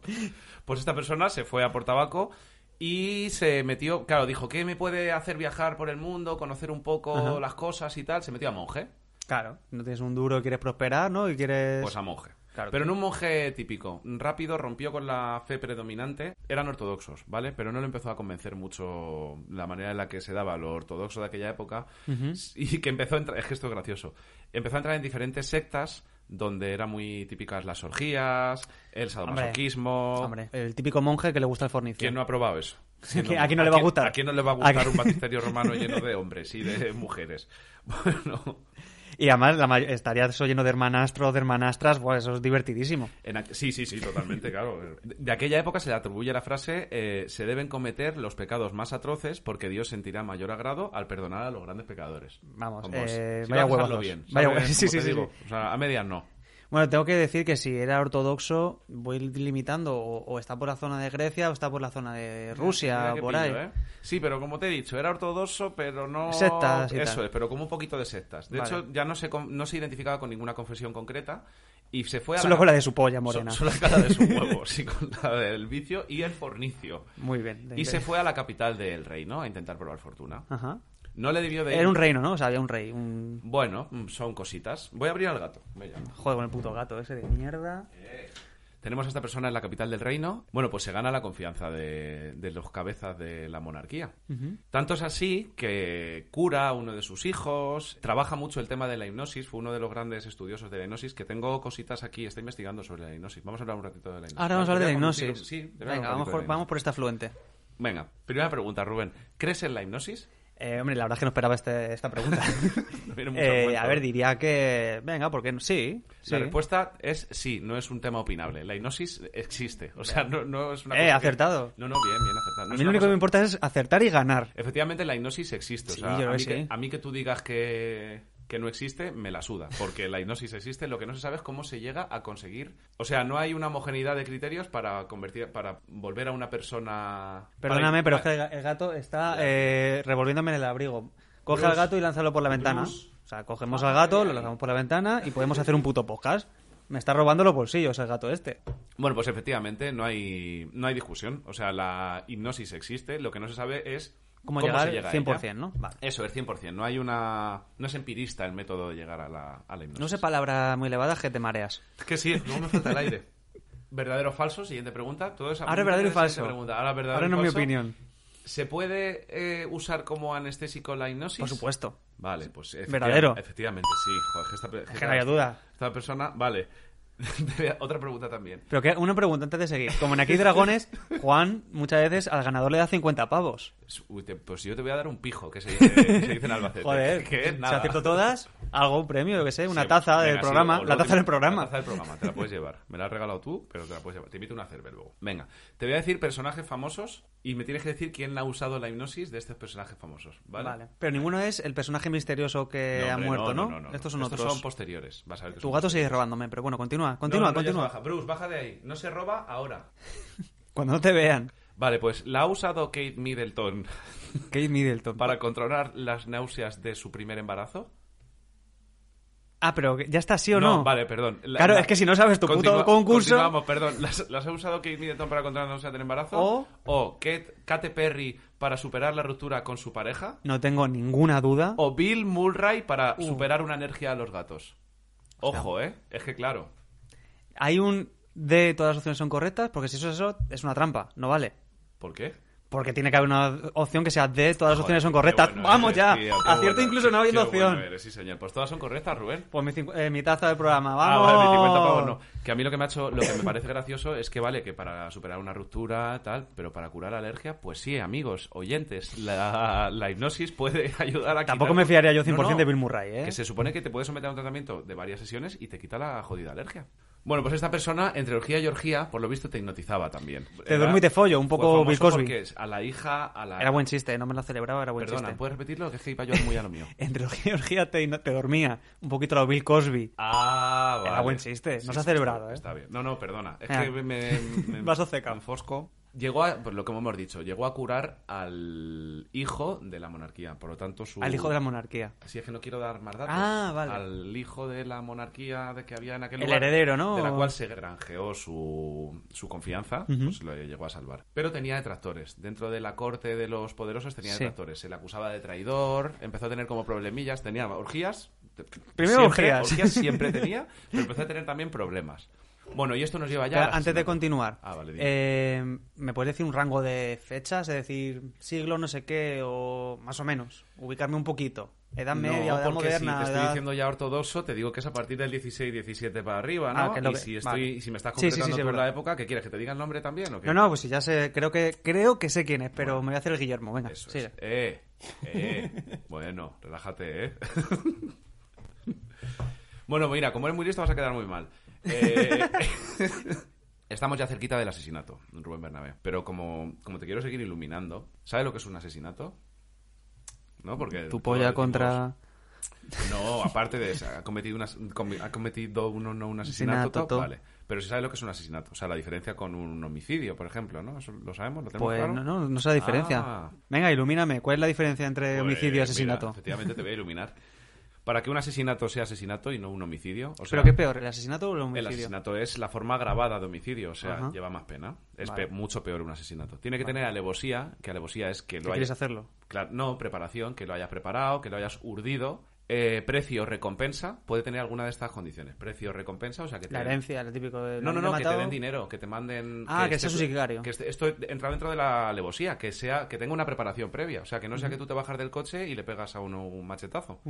[SPEAKER 1] Pues esta persona se fue a por tabaco y se metió, claro, dijo, ¿qué me puede hacer viajar por el mundo, conocer un poco
[SPEAKER 2] Ajá.
[SPEAKER 1] las cosas y tal? Se metió a monje,
[SPEAKER 2] claro, no tienes un duro, quieres prosperar, ¿no? Y quieres...
[SPEAKER 1] pues a monje.
[SPEAKER 2] Claro.
[SPEAKER 1] Pero no un monje típico, rápido rompió con la fe predominante, eran ortodoxos, ¿vale? Pero no le empezó a convencer mucho la manera en la que se daba lo ortodoxo de aquella época y que empezó a entrar, es que esto es gracioso, empezó a entrar en diferentes sectas donde eran muy típicas las orgías, el sadomasoquismo,
[SPEAKER 2] Hombre, el típico monje que le gusta el fornicio.
[SPEAKER 1] ¿Quién no ha probado eso? ¿Quién
[SPEAKER 2] ¿A quién no le va a gustar?
[SPEAKER 1] ¿A quién no le va a
[SPEAKER 2] ¿A
[SPEAKER 1] gustar
[SPEAKER 2] quién?
[SPEAKER 1] un baptisterio romano lleno de hombres y de mujeres? Bueno,
[SPEAKER 2] Y además la may- estaría eso lleno de hermanastros, de hermanastras, buah, eso es divertidísimo.
[SPEAKER 1] en aqu- sí, sí, sí, totalmente, claro. De- De aquella época se le atribuye la frase eh, se deben cometer los pecados más atroces porque Dios sentirá mayor agrado al perdonar a los grandes pecadores.
[SPEAKER 2] Vamos,
[SPEAKER 1] Vamos,
[SPEAKER 2] eh,
[SPEAKER 1] si
[SPEAKER 2] vaya
[SPEAKER 1] vamos a
[SPEAKER 2] huevazos.
[SPEAKER 1] hacerlo bien,
[SPEAKER 2] Vaya
[SPEAKER 1] ¿sabes
[SPEAKER 2] hue- sí,
[SPEAKER 1] cómo
[SPEAKER 2] sí,
[SPEAKER 1] te
[SPEAKER 2] sí,
[SPEAKER 1] digo? O sea, a medias no.
[SPEAKER 2] Bueno, tengo que decir que si era ortodoxo, voy limitando. O, o está por la zona de Grecia o está por la zona de Rusia,
[SPEAKER 1] Mira qué
[SPEAKER 2] por
[SPEAKER 1] pillo,
[SPEAKER 2] ahí.
[SPEAKER 1] ¿eh? Sí, pero como te he dicho, era ortodoxo, pero no...
[SPEAKER 2] Sectas y
[SPEAKER 1] Eso
[SPEAKER 2] tal.
[SPEAKER 1] es, pero como un poquito de sectas. De
[SPEAKER 2] Vale.
[SPEAKER 1] hecho, ya no se, con- no se identificaba con ninguna confesión concreta y se fue a
[SPEAKER 2] Solo
[SPEAKER 1] la...
[SPEAKER 2] con la de su polla morena.
[SPEAKER 1] So- Solo con la de su huevo, sí, con la del vicio y el fornicio.
[SPEAKER 2] Muy bien. de
[SPEAKER 1] Y se
[SPEAKER 2] inglés.
[SPEAKER 1] fue a la capital del reino a intentar probar fortuna.
[SPEAKER 2] Ajá.
[SPEAKER 1] No le debió de... ir-
[SPEAKER 2] Era un reino, ¿no? O sea, había un rey. Un...
[SPEAKER 1] Bueno, mm, son cositas. Voy a abrir al gato. Venga.
[SPEAKER 2] Joder, con el puto gato ese de mierda.
[SPEAKER 1] Eh, Tenemos a esta persona en la capital del reino. Bueno, pues se gana la confianza de, de los cabezas de la monarquía. Tanto es así que cura a uno de sus hijos, trabaja mucho el tema de la hipnosis, fue uno de los grandes estudiosos de la hipnosis, que tengo cositas aquí, está investigando sobre la hipnosis. Vamos a hablar un ratito de la hipnosis.
[SPEAKER 2] Ahora vamos a hablar de la
[SPEAKER 1] Quería conducir-
[SPEAKER 2] hipnosis.
[SPEAKER 1] Sí, quería hablar un
[SPEAKER 2] Venga,
[SPEAKER 1] ratito
[SPEAKER 2] vamos
[SPEAKER 1] de
[SPEAKER 2] por,
[SPEAKER 1] la
[SPEAKER 2] vamos por este esta fluente.
[SPEAKER 1] hipnosis. Venga, primera pregunta, Rubén. ¿Crees en la hipnosis?
[SPEAKER 2] Eh, hombre, la verdad es que no esperaba este- esta pregunta.
[SPEAKER 1] viene mucho al
[SPEAKER 2] eh,
[SPEAKER 1] cuento.
[SPEAKER 2] a ver, diría que. Venga, porque no- sí. sí.
[SPEAKER 1] La respuesta es sí, no es un tema opinable. La hipnosis existe. O sea, no, no es una
[SPEAKER 2] Eh,
[SPEAKER 1] cosa que-
[SPEAKER 2] acertado.
[SPEAKER 1] No, no, bien, bien acertado. No
[SPEAKER 2] A
[SPEAKER 1] es una
[SPEAKER 2] mí lo único
[SPEAKER 1] cosa-
[SPEAKER 2] que me importa es acertar y ganar.
[SPEAKER 1] Efectivamente, la hipnosis existe. O
[SPEAKER 2] Sí,
[SPEAKER 1] sea,
[SPEAKER 2] yo
[SPEAKER 1] a,
[SPEAKER 2] lo
[SPEAKER 1] mí
[SPEAKER 2] sé.
[SPEAKER 1] que, a mí que tú digas que, que no existe, me la suda. Porque la hipnosis existe, lo que no se sabe es cómo se llega a conseguir. O sea, no hay una homogeneidad de criterios para convertir para volver a una persona.
[SPEAKER 2] Perdóname, pero
[SPEAKER 1] para-
[SPEAKER 2] es que el ga- el gato está eh, revolviéndome en el abrigo. Coge
[SPEAKER 1] Bruce.
[SPEAKER 2] al gato y lánzalo por la ventana.
[SPEAKER 1] Bruce.
[SPEAKER 2] O sea,
[SPEAKER 1] Ah,
[SPEAKER 2] cogemos al gato, lo lanzamos por la ventana y podemos hacer un puto podcast. Me está robando los bolsillos el gato este.
[SPEAKER 1] Bueno, pues efectivamente, no hay, no hay discusión. O sea, la hipnosis existe, lo que no se sabe es.
[SPEAKER 2] Como
[SPEAKER 1] cómo
[SPEAKER 2] llegar
[SPEAKER 1] se llega a
[SPEAKER 2] 100%,
[SPEAKER 1] ella.
[SPEAKER 2] ¿no? Vale.
[SPEAKER 1] Eso es 100%. No hay una. No es empirista el método de llegar a la, a la hipnosis.
[SPEAKER 2] No sé palabras muy elevadas que te mareas.
[SPEAKER 1] Es que sí, no me falta el aire. ¿Verdadero o falso? Siguiente pregunta. Todo es
[SPEAKER 2] Ahora es verdadero y
[SPEAKER 1] apunta en la siguiente
[SPEAKER 2] falso.
[SPEAKER 1] pregunta. Ahora, verdadero
[SPEAKER 2] Ahora
[SPEAKER 1] y
[SPEAKER 2] no es mi
[SPEAKER 1] falso.
[SPEAKER 2] opinión.
[SPEAKER 1] ¿Se puede eh, usar como anestésico la hipnosis?
[SPEAKER 2] Por supuesto.
[SPEAKER 1] Vale, pues efectivamente,
[SPEAKER 2] Verdadero.
[SPEAKER 1] Efectivamente, sí. Joder, que esta, pe-
[SPEAKER 2] que no había duda.
[SPEAKER 1] Esta persona, vale. Otra pregunta también.
[SPEAKER 2] Pero que una pregunta antes de seguir. Como en Aquí hay Dragones, Juan muchas veces al ganador le da 50 pavos.
[SPEAKER 1] Uy, te- pues yo te voy a dar un pijo, que se dice, se dice en Albacete.
[SPEAKER 2] Joder,
[SPEAKER 1] que es
[SPEAKER 2] si
[SPEAKER 1] Eh, nada.
[SPEAKER 2] acierto todas, algo, un premio, yo que sé, una
[SPEAKER 1] Sí,
[SPEAKER 2] taza
[SPEAKER 1] venga,
[SPEAKER 2] del
[SPEAKER 1] sí,
[SPEAKER 2] programa.
[SPEAKER 1] o
[SPEAKER 2] la taza
[SPEAKER 1] última-
[SPEAKER 2] del programa.
[SPEAKER 1] La taza del programa, te la puedes llevar. Me la has regalado tú, pero te la puedes llevar. Te invito a una cerveza luego. Venga, te voy a decir personajes famosos y me tienes que decir quién ha usado la hipnosis de estos personajes famosos, ¿vale?
[SPEAKER 2] Vale. Pero ninguno es el personaje misterioso
[SPEAKER 1] No,
[SPEAKER 2] que
[SPEAKER 1] hombre,
[SPEAKER 2] ha muerto, ¿no?
[SPEAKER 1] No, no, no.
[SPEAKER 2] Estos son
[SPEAKER 1] Estos
[SPEAKER 2] otros.
[SPEAKER 1] son posteriores. Vas a ver que
[SPEAKER 2] tu
[SPEAKER 1] son
[SPEAKER 2] gato
[SPEAKER 1] posteriores.
[SPEAKER 2] sigue robándome, pero bueno, continúa, continúa,
[SPEAKER 1] No, no, ya se
[SPEAKER 2] continúa.
[SPEAKER 1] baja. Bruce, baja de ahí. No se roba ahora.
[SPEAKER 2] Cuando no te vean,
[SPEAKER 1] Vale, pues la ha usado Kate Middleton
[SPEAKER 2] Kate Middleton.
[SPEAKER 1] para controlar las náuseas de su primer embarazo.
[SPEAKER 2] Ah, pero que- ya está sí o no.
[SPEAKER 1] vale, perdón. La-
[SPEAKER 2] Claro,
[SPEAKER 1] la-
[SPEAKER 2] es que si no sabes tu
[SPEAKER 1] Continua-
[SPEAKER 2] puto concurso.
[SPEAKER 1] Continuamos, perdón. ¿Las, las ha usado Kate Middleton para controlar la náusea del embarazo?
[SPEAKER 2] O-
[SPEAKER 1] ¿O Kate, Kate Perry para superar la ruptura con su pareja?
[SPEAKER 2] No tengo ninguna duda.
[SPEAKER 1] ¿O Bill Mulray para
[SPEAKER 2] Uh.
[SPEAKER 1] superar una energía a los gatos? Ojo, ¿eh? Es que claro.
[SPEAKER 2] Hay un de todas las opciones son correctas, porque si eso es eso, es una trampa, no vale.
[SPEAKER 1] ¿Por qué?
[SPEAKER 2] Porque tiene que haber una opción que sea de todas las opciones son
[SPEAKER 1] Joder,
[SPEAKER 2] correctas.
[SPEAKER 1] qué bueno
[SPEAKER 2] Vamos
[SPEAKER 1] eres,
[SPEAKER 2] ya.
[SPEAKER 1] tío, qué
[SPEAKER 2] Acierto
[SPEAKER 1] bueno,
[SPEAKER 2] incluso no
[SPEAKER 1] qué-
[SPEAKER 2] habiendo
[SPEAKER 1] qué
[SPEAKER 2] opción.
[SPEAKER 1] bueno eres, sí, señor. Pues todas son correctas, Rubén.
[SPEAKER 2] pues mi, cincu- eh, mi taza del programa,
[SPEAKER 1] Ah,
[SPEAKER 2] vamos.
[SPEAKER 1] vale, 50 pavos no. Que a mí lo que me ha hecho, lo que me parece gracioso es que vale, que para superar una ruptura, tal, pero para curar alergia, pues sí, amigos, oyentes, la, la hipnosis puede ayudar a
[SPEAKER 2] Tampoco
[SPEAKER 1] quitar-
[SPEAKER 2] me fiaría yo
[SPEAKER 1] No,
[SPEAKER 2] 100%
[SPEAKER 1] no,
[SPEAKER 2] de Bill Murray, ¿eh?
[SPEAKER 1] Que se supone que te puedes someter a un tratamiento de varias sesiones y te quita la jodida alergia. Bueno, pues esta persona, entre orgía y orgía, por lo visto te hipnotizaba también.
[SPEAKER 2] Te duermo y te follo, un
[SPEAKER 1] fue
[SPEAKER 2] poco
[SPEAKER 1] famoso
[SPEAKER 2] Bill Cosby.
[SPEAKER 1] porque a la hija, a la...
[SPEAKER 2] Era buen chiste, no me lo celebraba, era buen
[SPEAKER 1] Perdona,
[SPEAKER 2] chiste.
[SPEAKER 1] ¿puedes repetirlo? Que es que iba yo muy a lo mío.
[SPEAKER 2] Entre orgía y orgía te, te dormía. Un poquito lo Bill Cosby.
[SPEAKER 1] Ah, vale.
[SPEAKER 2] Era buen chiste, no se ha
[SPEAKER 1] está-
[SPEAKER 2] celebrado, ¿eh?
[SPEAKER 1] Está bien. No, no, perdona. Es
[SPEAKER 2] Ah.
[SPEAKER 1] que me, me-
[SPEAKER 2] Vaso seca.
[SPEAKER 1] me enfosco. Llegó a, pues lo que hemos dicho, llegó a curar al hijo de la monarquía. Por lo tanto, su.
[SPEAKER 2] Al hijo de la monarquía.
[SPEAKER 1] Si es que no quiero dar más datos.
[SPEAKER 2] Ah, vale.
[SPEAKER 1] Al hijo de la monarquía de que había en aquel
[SPEAKER 2] El
[SPEAKER 1] lugar.
[SPEAKER 2] heredero, ¿no?
[SPEAKER 1] De la cual se granjeó su, su confianza, pues lo llegó a salvar. Pero tenía detractores. Dentro de la corte de los poderosos tenía
[SPEAKER 2] Sí.
[SPEAKER 1] detractores. Se le acusaba de traidor, empezó a tener como problemillas, tenía orgías.
[SPEAKER 2] Primero
[SPEAKER 1] Siempre,
[SPEAKER 2] orgías.
[SPEAKER 1] siempre tenía, pero empezó a tener también problemas. Bueno, y esto nos lleva ya...
[SPEAKER 2] Pero
[SPEAKER 1] al
[SPEAKER 2] antes de
[SPEAKER 1] asesinato.
[SPEAKER 2] continuar,
[SPEAKER 1] Ah, vale, dime.
[SPEAKER 2] eh, ¿me puedes decir un rango de fechas? Es decir, siglo no sé qué o más o menos. Ubicarme un poquito. Edad media,
[SPEAKER 1] no,
[SPEAKER 2] edad
[SPEAKER 1] porque
[SPEAKER 2] moderna.
[SPEAKER 1] si te estoy
[SPEAKER 2] edad-
[SPEAKER 1] diciendo ya ortodoxo, te digo que es a partir del 16, 17 para arriba, ¿no?
[SPEAKER 2] Ah, que es lo
[SPEAKER 1] y
[SPEAKER 2] que-
[SPEAKER 1] si, estoy,
[SPEAKER 2] vale.
[SPEAKER 1] y si me estás
[SPEAKER 2] Sí, sí, sí,
[SPEAKER 1] concretando
[SPEAKER 2] sí,
[SPEAKER 1] tú
[SPEAKER 2] es
[SPEAKER 1] la
[SPEAKER 2] verdad.
[SPEAKER 1] época, ¿qué quieres? ¿Que te diga el nombre también o qué?
[SPEAKER 2] No, no, pues si ya sé, creo que creo que sé quién es, pero me voy a hacer el Guillermo, venga.
[SPEAKER 1] Eso
[SPEAKER 2] sigue.
[SPEAKER 1] es. Eh, eh. bueno, relájate, ¿eh? bueno, mira, como eres muy listo vas a quedar muy mal. Eh, Estamos ya cerquita del asesinato, Rubén Bernabé. Pero como, como te quiero seguir iluminando, ¿sabes lo que es un asesinato? ¿No? Porque...
[SPEAKER 2] Tu
[SPEAKER 1] todo lo
[SPEAKER 2] polla
[SPEAKER 1] decimos-
[SPEAKER 2] contra
[SPEAKER 1] No, aparte de eso, ha cometido, una, ha cometido uno, no un asesinato,
[SPEAKER 2] Asesinato,
[SPEAKER 1] top,
[SPEAKER 2] to.
[SPEAKER 1] vale. Pero se sabe lo que es un asesinato. O sea, la diferencia con un homicidio, por ejemplo, ¿no? Eso ¿Lo sabemos? ¿Lo tenemos
[SPEAKER 2] Pues
[SPEAKER 1] claro?
[SPEAKER 2] no, no, no sé la diferencia.
[SPEAKER 1] Ah.
[SPEAKER 2] Venga, ilumíname. ¿Cuál es la diferencia entre
[SPEAKER 1] Pues,
[SPEAKER 2] homicidio y
[SPEAKER 1] mira,
[SPEAKER 2] asesinato?
[SPEAKER 1] efectivamente, te voy a iluminar. Para que un asesinato sea asesinato y no un homicidio. O sea,
[SPEAKER 2] ¿Pero qué es peor, el asesinato o el homicidio?
[SPEAKER 1] El asesinato es la forma agravada de homicidio, o sea,
[SPEAKER 2] Ajá.
[SPEAKER 1] lleva más pena. Es
[SPEAKER 2] Vale.
[SPEAKER 1] pe- mucho peor un asesinato. Tiene que tener alevosía, que alevosía es que
[SPEAKER 2] ¿Qué
[SPEAKER 1] lo
[SPEAKER 2] quieres
[SPEAKER 1] hayas...
[SPEAKER 2] hacerlo?
[SPEAKER 1] Claro, no, preparación, que lo hayas preparado, que lo hayas urdido. Eh, precio, recompensa, puede tener alguna de estas condiciones. Precio, recompensa, o sea, que te...
[SPEAKER 2] La herencia, lo típico de...
[SPEAKER 1] No, no,
[SPEAKER 2] lo
[SPEAKER 1] no,
[SPEAKER 2] he
[SPEAKER 1] que te
[SPEAKER 2] matado.
[SPEAKER 1] den dinero, que te manden...
[SPEAKER 2] Ah, que seas un sicario.
[SPEAKER 1] Que este- esto entra dentro de la alevosía, que sea que tenga una preparación previa. O sea, que no sea que tú te bajas del coche y le pegas a uno un machetazo.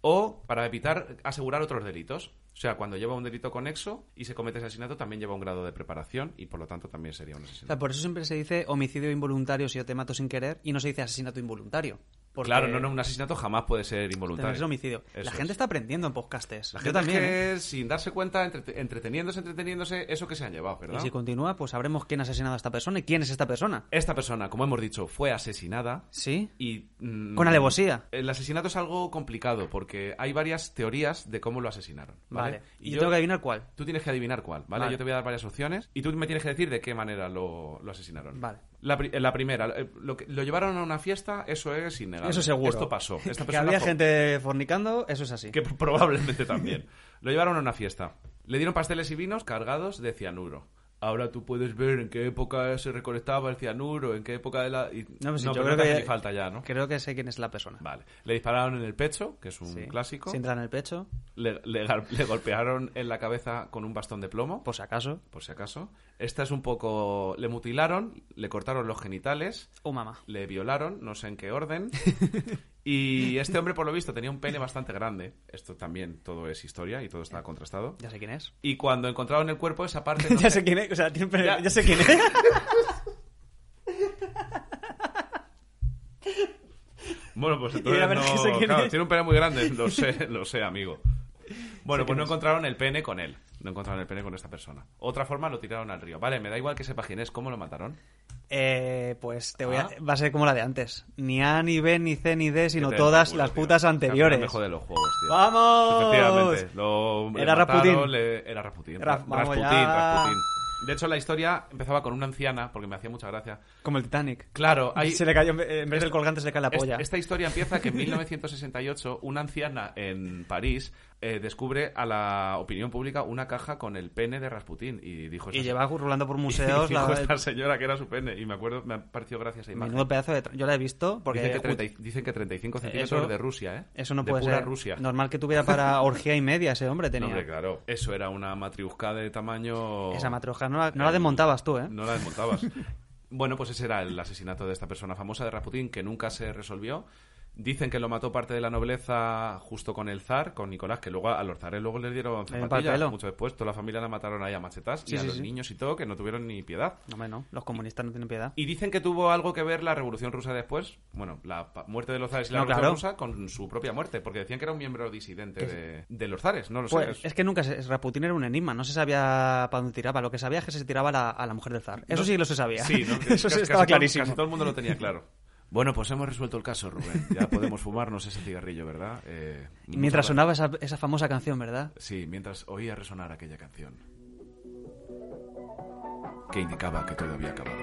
[SPEAKER 1] O para evitar asegurar otros delitos. O sea, cuando lleva un delito conexo y se comete ese asesinato, también lleva un grado de preparación y por lo tanto también sería un
[SPEAKER 2] O sea,
[SPEAKER 1] asesinato.
[SPEAKER 2] por eso siempre se dice homicidio involuntario si yo te mato sin querer y no se dice asesinato involuntario. Porque
[SPEAKER 1] Claro, no, no, un asesinato jamás puede ser
[SPEAKER 2] tendría
[SPEAKER 1] involuntario.
[SPEAKER 2] que ser homicidio.
[SPEAKER 1] Eso
[SPEAKER 2] la gente
[SPEAKER 1] es.
[SPEAKER 2] está aprendiendo en podcastes.
[SPEAKER 1] La
[SPEAKER 2] yo
[SPEAKER 1] gente es
[SPEAKER 2] también. ¿eh?
[SPEAKER 1] que, sin darse cuenta, entrete- entreteniéndose, entreteniéndose, eso que se han llevado, ¿verdad?
[SPEAKER 2] Y si continúa, pues sabremos quién ha asesinado a esta persona y quién es esta persona.
[SPEAKER 1] Esta persona, como hemos dicho, fue asesinada
[SPEAKER 2] ¿Sí?
[SPEAKER 1] Y, mm,
[SPEAKER 2] Con alevosía.
[SPEAKER 1] El asesinato es algo complicado porque hay varias teorías de cómo lo asesinaron. Vale.
[SPEAKER 2] Vale. Y yo, tengo que adivinar cuál.
[SPEAKER 1] Tú tienes que adivinar cuál, ¿vale?
[SPEAKER 2] Vale.
[SPEAKER 1] Yo te voy a dar varias opciones y tú me tienes que decir de qué manera lo, lo asesinaron.
[SPEAKER 2] Vale.
[SPEAKER 1] La, pri- la primera, eh, lo, que- lo llevaron a una fiesta, eso es innegable.
[SPEAKER 2] Eso seguro.
[SPEAKER 1] Esto pasó. Esta
[SPEAKER 2] que
[SPEAKER 1] persona
[SPEAKER 2] había
[SPEAKER 1] fue-
[SPEAKER 2] gente fornicando, eso es así.
[SPEAKER 1] Que probablemente también. lo llevaron a una fiesta. Le dieron pasteles y vinos cargados de cianuro. Ahora tú puedes ver en qué época se recolectaba el cianuro, en qué época de la... y-
[SPEAKER 2] No, pues sí, yo
[SPEAKER 1] pero no
[SPEAKER 2] creo
[SPEAKER 1] te
[SPEAKER 2] que
[SPEAKER 1] hace ni falta ya, ¿no?
[SPEAKER 2] Creo que sé quién es la persona.
[SPEAKER 1] Vale. Le dispararon en el pecho, que es un
[SPEAKER 2] Sí.
[SPEAKER 1] clásico.
[SPEAKER 2] Se entra en el pecho,
[SPEAKER 1] Le, le gar- le golpearon en la cabeza con un bastón de plomo, por,
[SPEAKER 2] por si acaso.
[SPEAKER 1] por si acaso. Esta es un poco... Le mutilaron, le cortaron los genitales,
[SPEAKER 2] Oh, mamá.
[SPEAKER 1] le violaron, no sé en qué orden. Y este hombre, por lo visto, tenía un pene bastante grande. Esto también todo es historia y todo está contrastado.
[SPEAKER 2] Ya sé quién es.
[SPEAKER 1] Y cuando encontraron el cuerpo, esa parte... no
[SPEAKER 2] ya
[SPEAKER 1] se-
[SPEAKER 2] sé quién es. O sea, siempre-
[SPEAKER 1] Ya.
[SPEAKER 2] ya. sé quién es.
[SPEAKER 1] Bueno, pues
[SPEAKER 2] Y
[SPEAKER 1] entonces
[SPEAKER 2] la verdad
[SPEAKER 1] no-
[SPEAKER 2] que sé quién
[SPEAKER 1] claro,
[SPEAKER 2] es.
[SPEAKER 1] tiene un pene muy grande, lo sé, lo sé, amigo. Bueno, pues no encontraron el pene con él. No encontraron el pene con esta persona. Otra forma lo tiraron al río. Vale, me da igual que sepa quién es, cómo lo mataron.
[SPEAKER 2] Eh, pues te voy
[SPEAKER 1] Ah.
[SPEAKER 2] a... va a ser como la de antes. Ni A, ni B, ni C, ni D, sino
[SPEAKER 1] Que te den
[SPEAKER 2] todas
[SPEAKER 1] por culo,
[SPEAKER 2] las
[SPEAKER 1] tío.
[SPEAKER 2] putas
[SPEAKER 1] Que al final
[SPEAKER 2] anteriores.
[SPEAKER 1] Me jode los juegos, tío.
[SPEAKER 2] ¡Vamos!
[SPEAKER 1] Efectivamente. Lo, le
[SPEAKER 2] Era
[SPEAKER 1] mataron,
[SPEAKER 2] Rasputín.
[SPEAKER 1] le- era Rasputín.
[SPEAKER 2] Ra- vamos
[SPEAKER 1] Rasputín,
[SPEAKER 2] ya.
[SPEAKER 1] Rasputín. De hecho, la historia empezaba con una anciana, porque me hacía mucha gracia.
[SPEAKER 2] Como el Titanic.
[SPEAKER 1] Claro, hay,
[SPEAKER 2] Se le cayó, en en vez del colgante se le cae la
[SPEAKER 1] Est-
[SPEAKER 2] polla.
[SPEAKER 1] Esta historia empieza que en 1968 una anciana en París eh, descubre a la opinión pública una caja con el pene de Rasputín y dijo
[SPEAKER 2] y
[SPEAKER 1] esta-
[SPEAKER 2] lleva rulando por
[SPEAKER 1] y
[SPEAKER 2] museos.
[SPEAKER 1] dijo
[SPEAKER 2] la-
[SPEAKER 1] esta señora que era su pene y me acuerdo me ha parecido gracias esa imagen.
[SPEAKER 2] Menudo pedazo de... tra- Yo la he visto porque...
[SPEAKER 1] dicen, que 30 y- dicen que 35 centímetros
[SPEAKER 2] Eso-
[SPEAKER 1] de Rusia, ¿eh?
[SPEAKER 2] Eso no
[SPEAKER 1] de
[SPEAKER 2] puede
[SPEAKER 1] pura
[SPEAKER 2] ser.
[SPEAKER 1] Rusia.
[SPEAKER 2] Normal que tuviera para orgía y media ese hombre
[SPEAKER 1] No,
[SPEAKER 2] tenía.
[SPEAKER 1] hombre, claro. Eso era una matriusca de tamaño...
[SPEAKER 2] Esa matroja no la, no la desmontabas tú, ¿eh?
[SPEAKER 1] No la desmontabas. bueno, pues ese era el asesinato de esta persona famosa de Rasputín que nunca se resolvió. Dicen que lo mató parte de la nobleza justo con el zar, con Nicolás, que luego a los zares luego les dieron
[SPEAKER 2] dieron
[SPEAKER 1] zapatillas
[SPEAKER 2] pa'l
[SPEAKER 1] mucho después. Toda la familia la mataron ahí a machetas
[SPEAKER 2] Sí,
[SPEAKER 1] y a
[SPEAKER 2] sí,
[SPEAKER 1] los
[SPEAKER 2] sí.
[SPEAKER 1] niños y todo que no tuvieron ni piedad.
[SPEAKER 2] No, hombre, no. Los comunistas no tienen piedad.
[SPEAKER 1] Y dicen que tuvo algo que ver la revolución rusa después, bueno, la pa- muerte de los zares y la
[SPEAKER 2] No,
[SPEAKER 1] revolución
[SPEAKER 2] claro.
[SPEAKER 1] rusa con su propia muerte, porque decían que era un miembro disidente
[SPEAKER 2] Que-
[SPEAKER 1] de, de los zares, no lo sé.
[SPEAKER 2] Pues
[SPEAKER 1] es-
[SPEAKER 2] es que nunca se, Raputín era un enigma, no se sabía para dónde tiraba, lo que sabía es que se tiraba a la, a la mujer del zar. Eso
[SPEAKER 1] No-
[SPEAKER 2] sí lo se sabía.
[SPEAKER 1] Sí, ¿no? Que casi-
[SPEAKER 2] Eso sí
[SPEAKER 1] casi
[SPEAKER 2] estaba
[SPEAKER 1] todo-
[SPEAKER 2] clarísimo.
[SPEAKER 1] Casi todo el mundo lo tenía claro. Bueno, pues hemos resuelto el caso, Rubén. Ya podemos fumarnos ese cigarrillo, ¿verdad? Eh,
[SPEAKER 2] Y mientras
[SPEAKER 1] muchas
[SPEAKER 2] sonaba esa, esa famosa canción, ¿verdad?
[SPEAKER 1] gracias. Sí, mientras oía resonar aquella canción. Que indicaba que todo había acabado.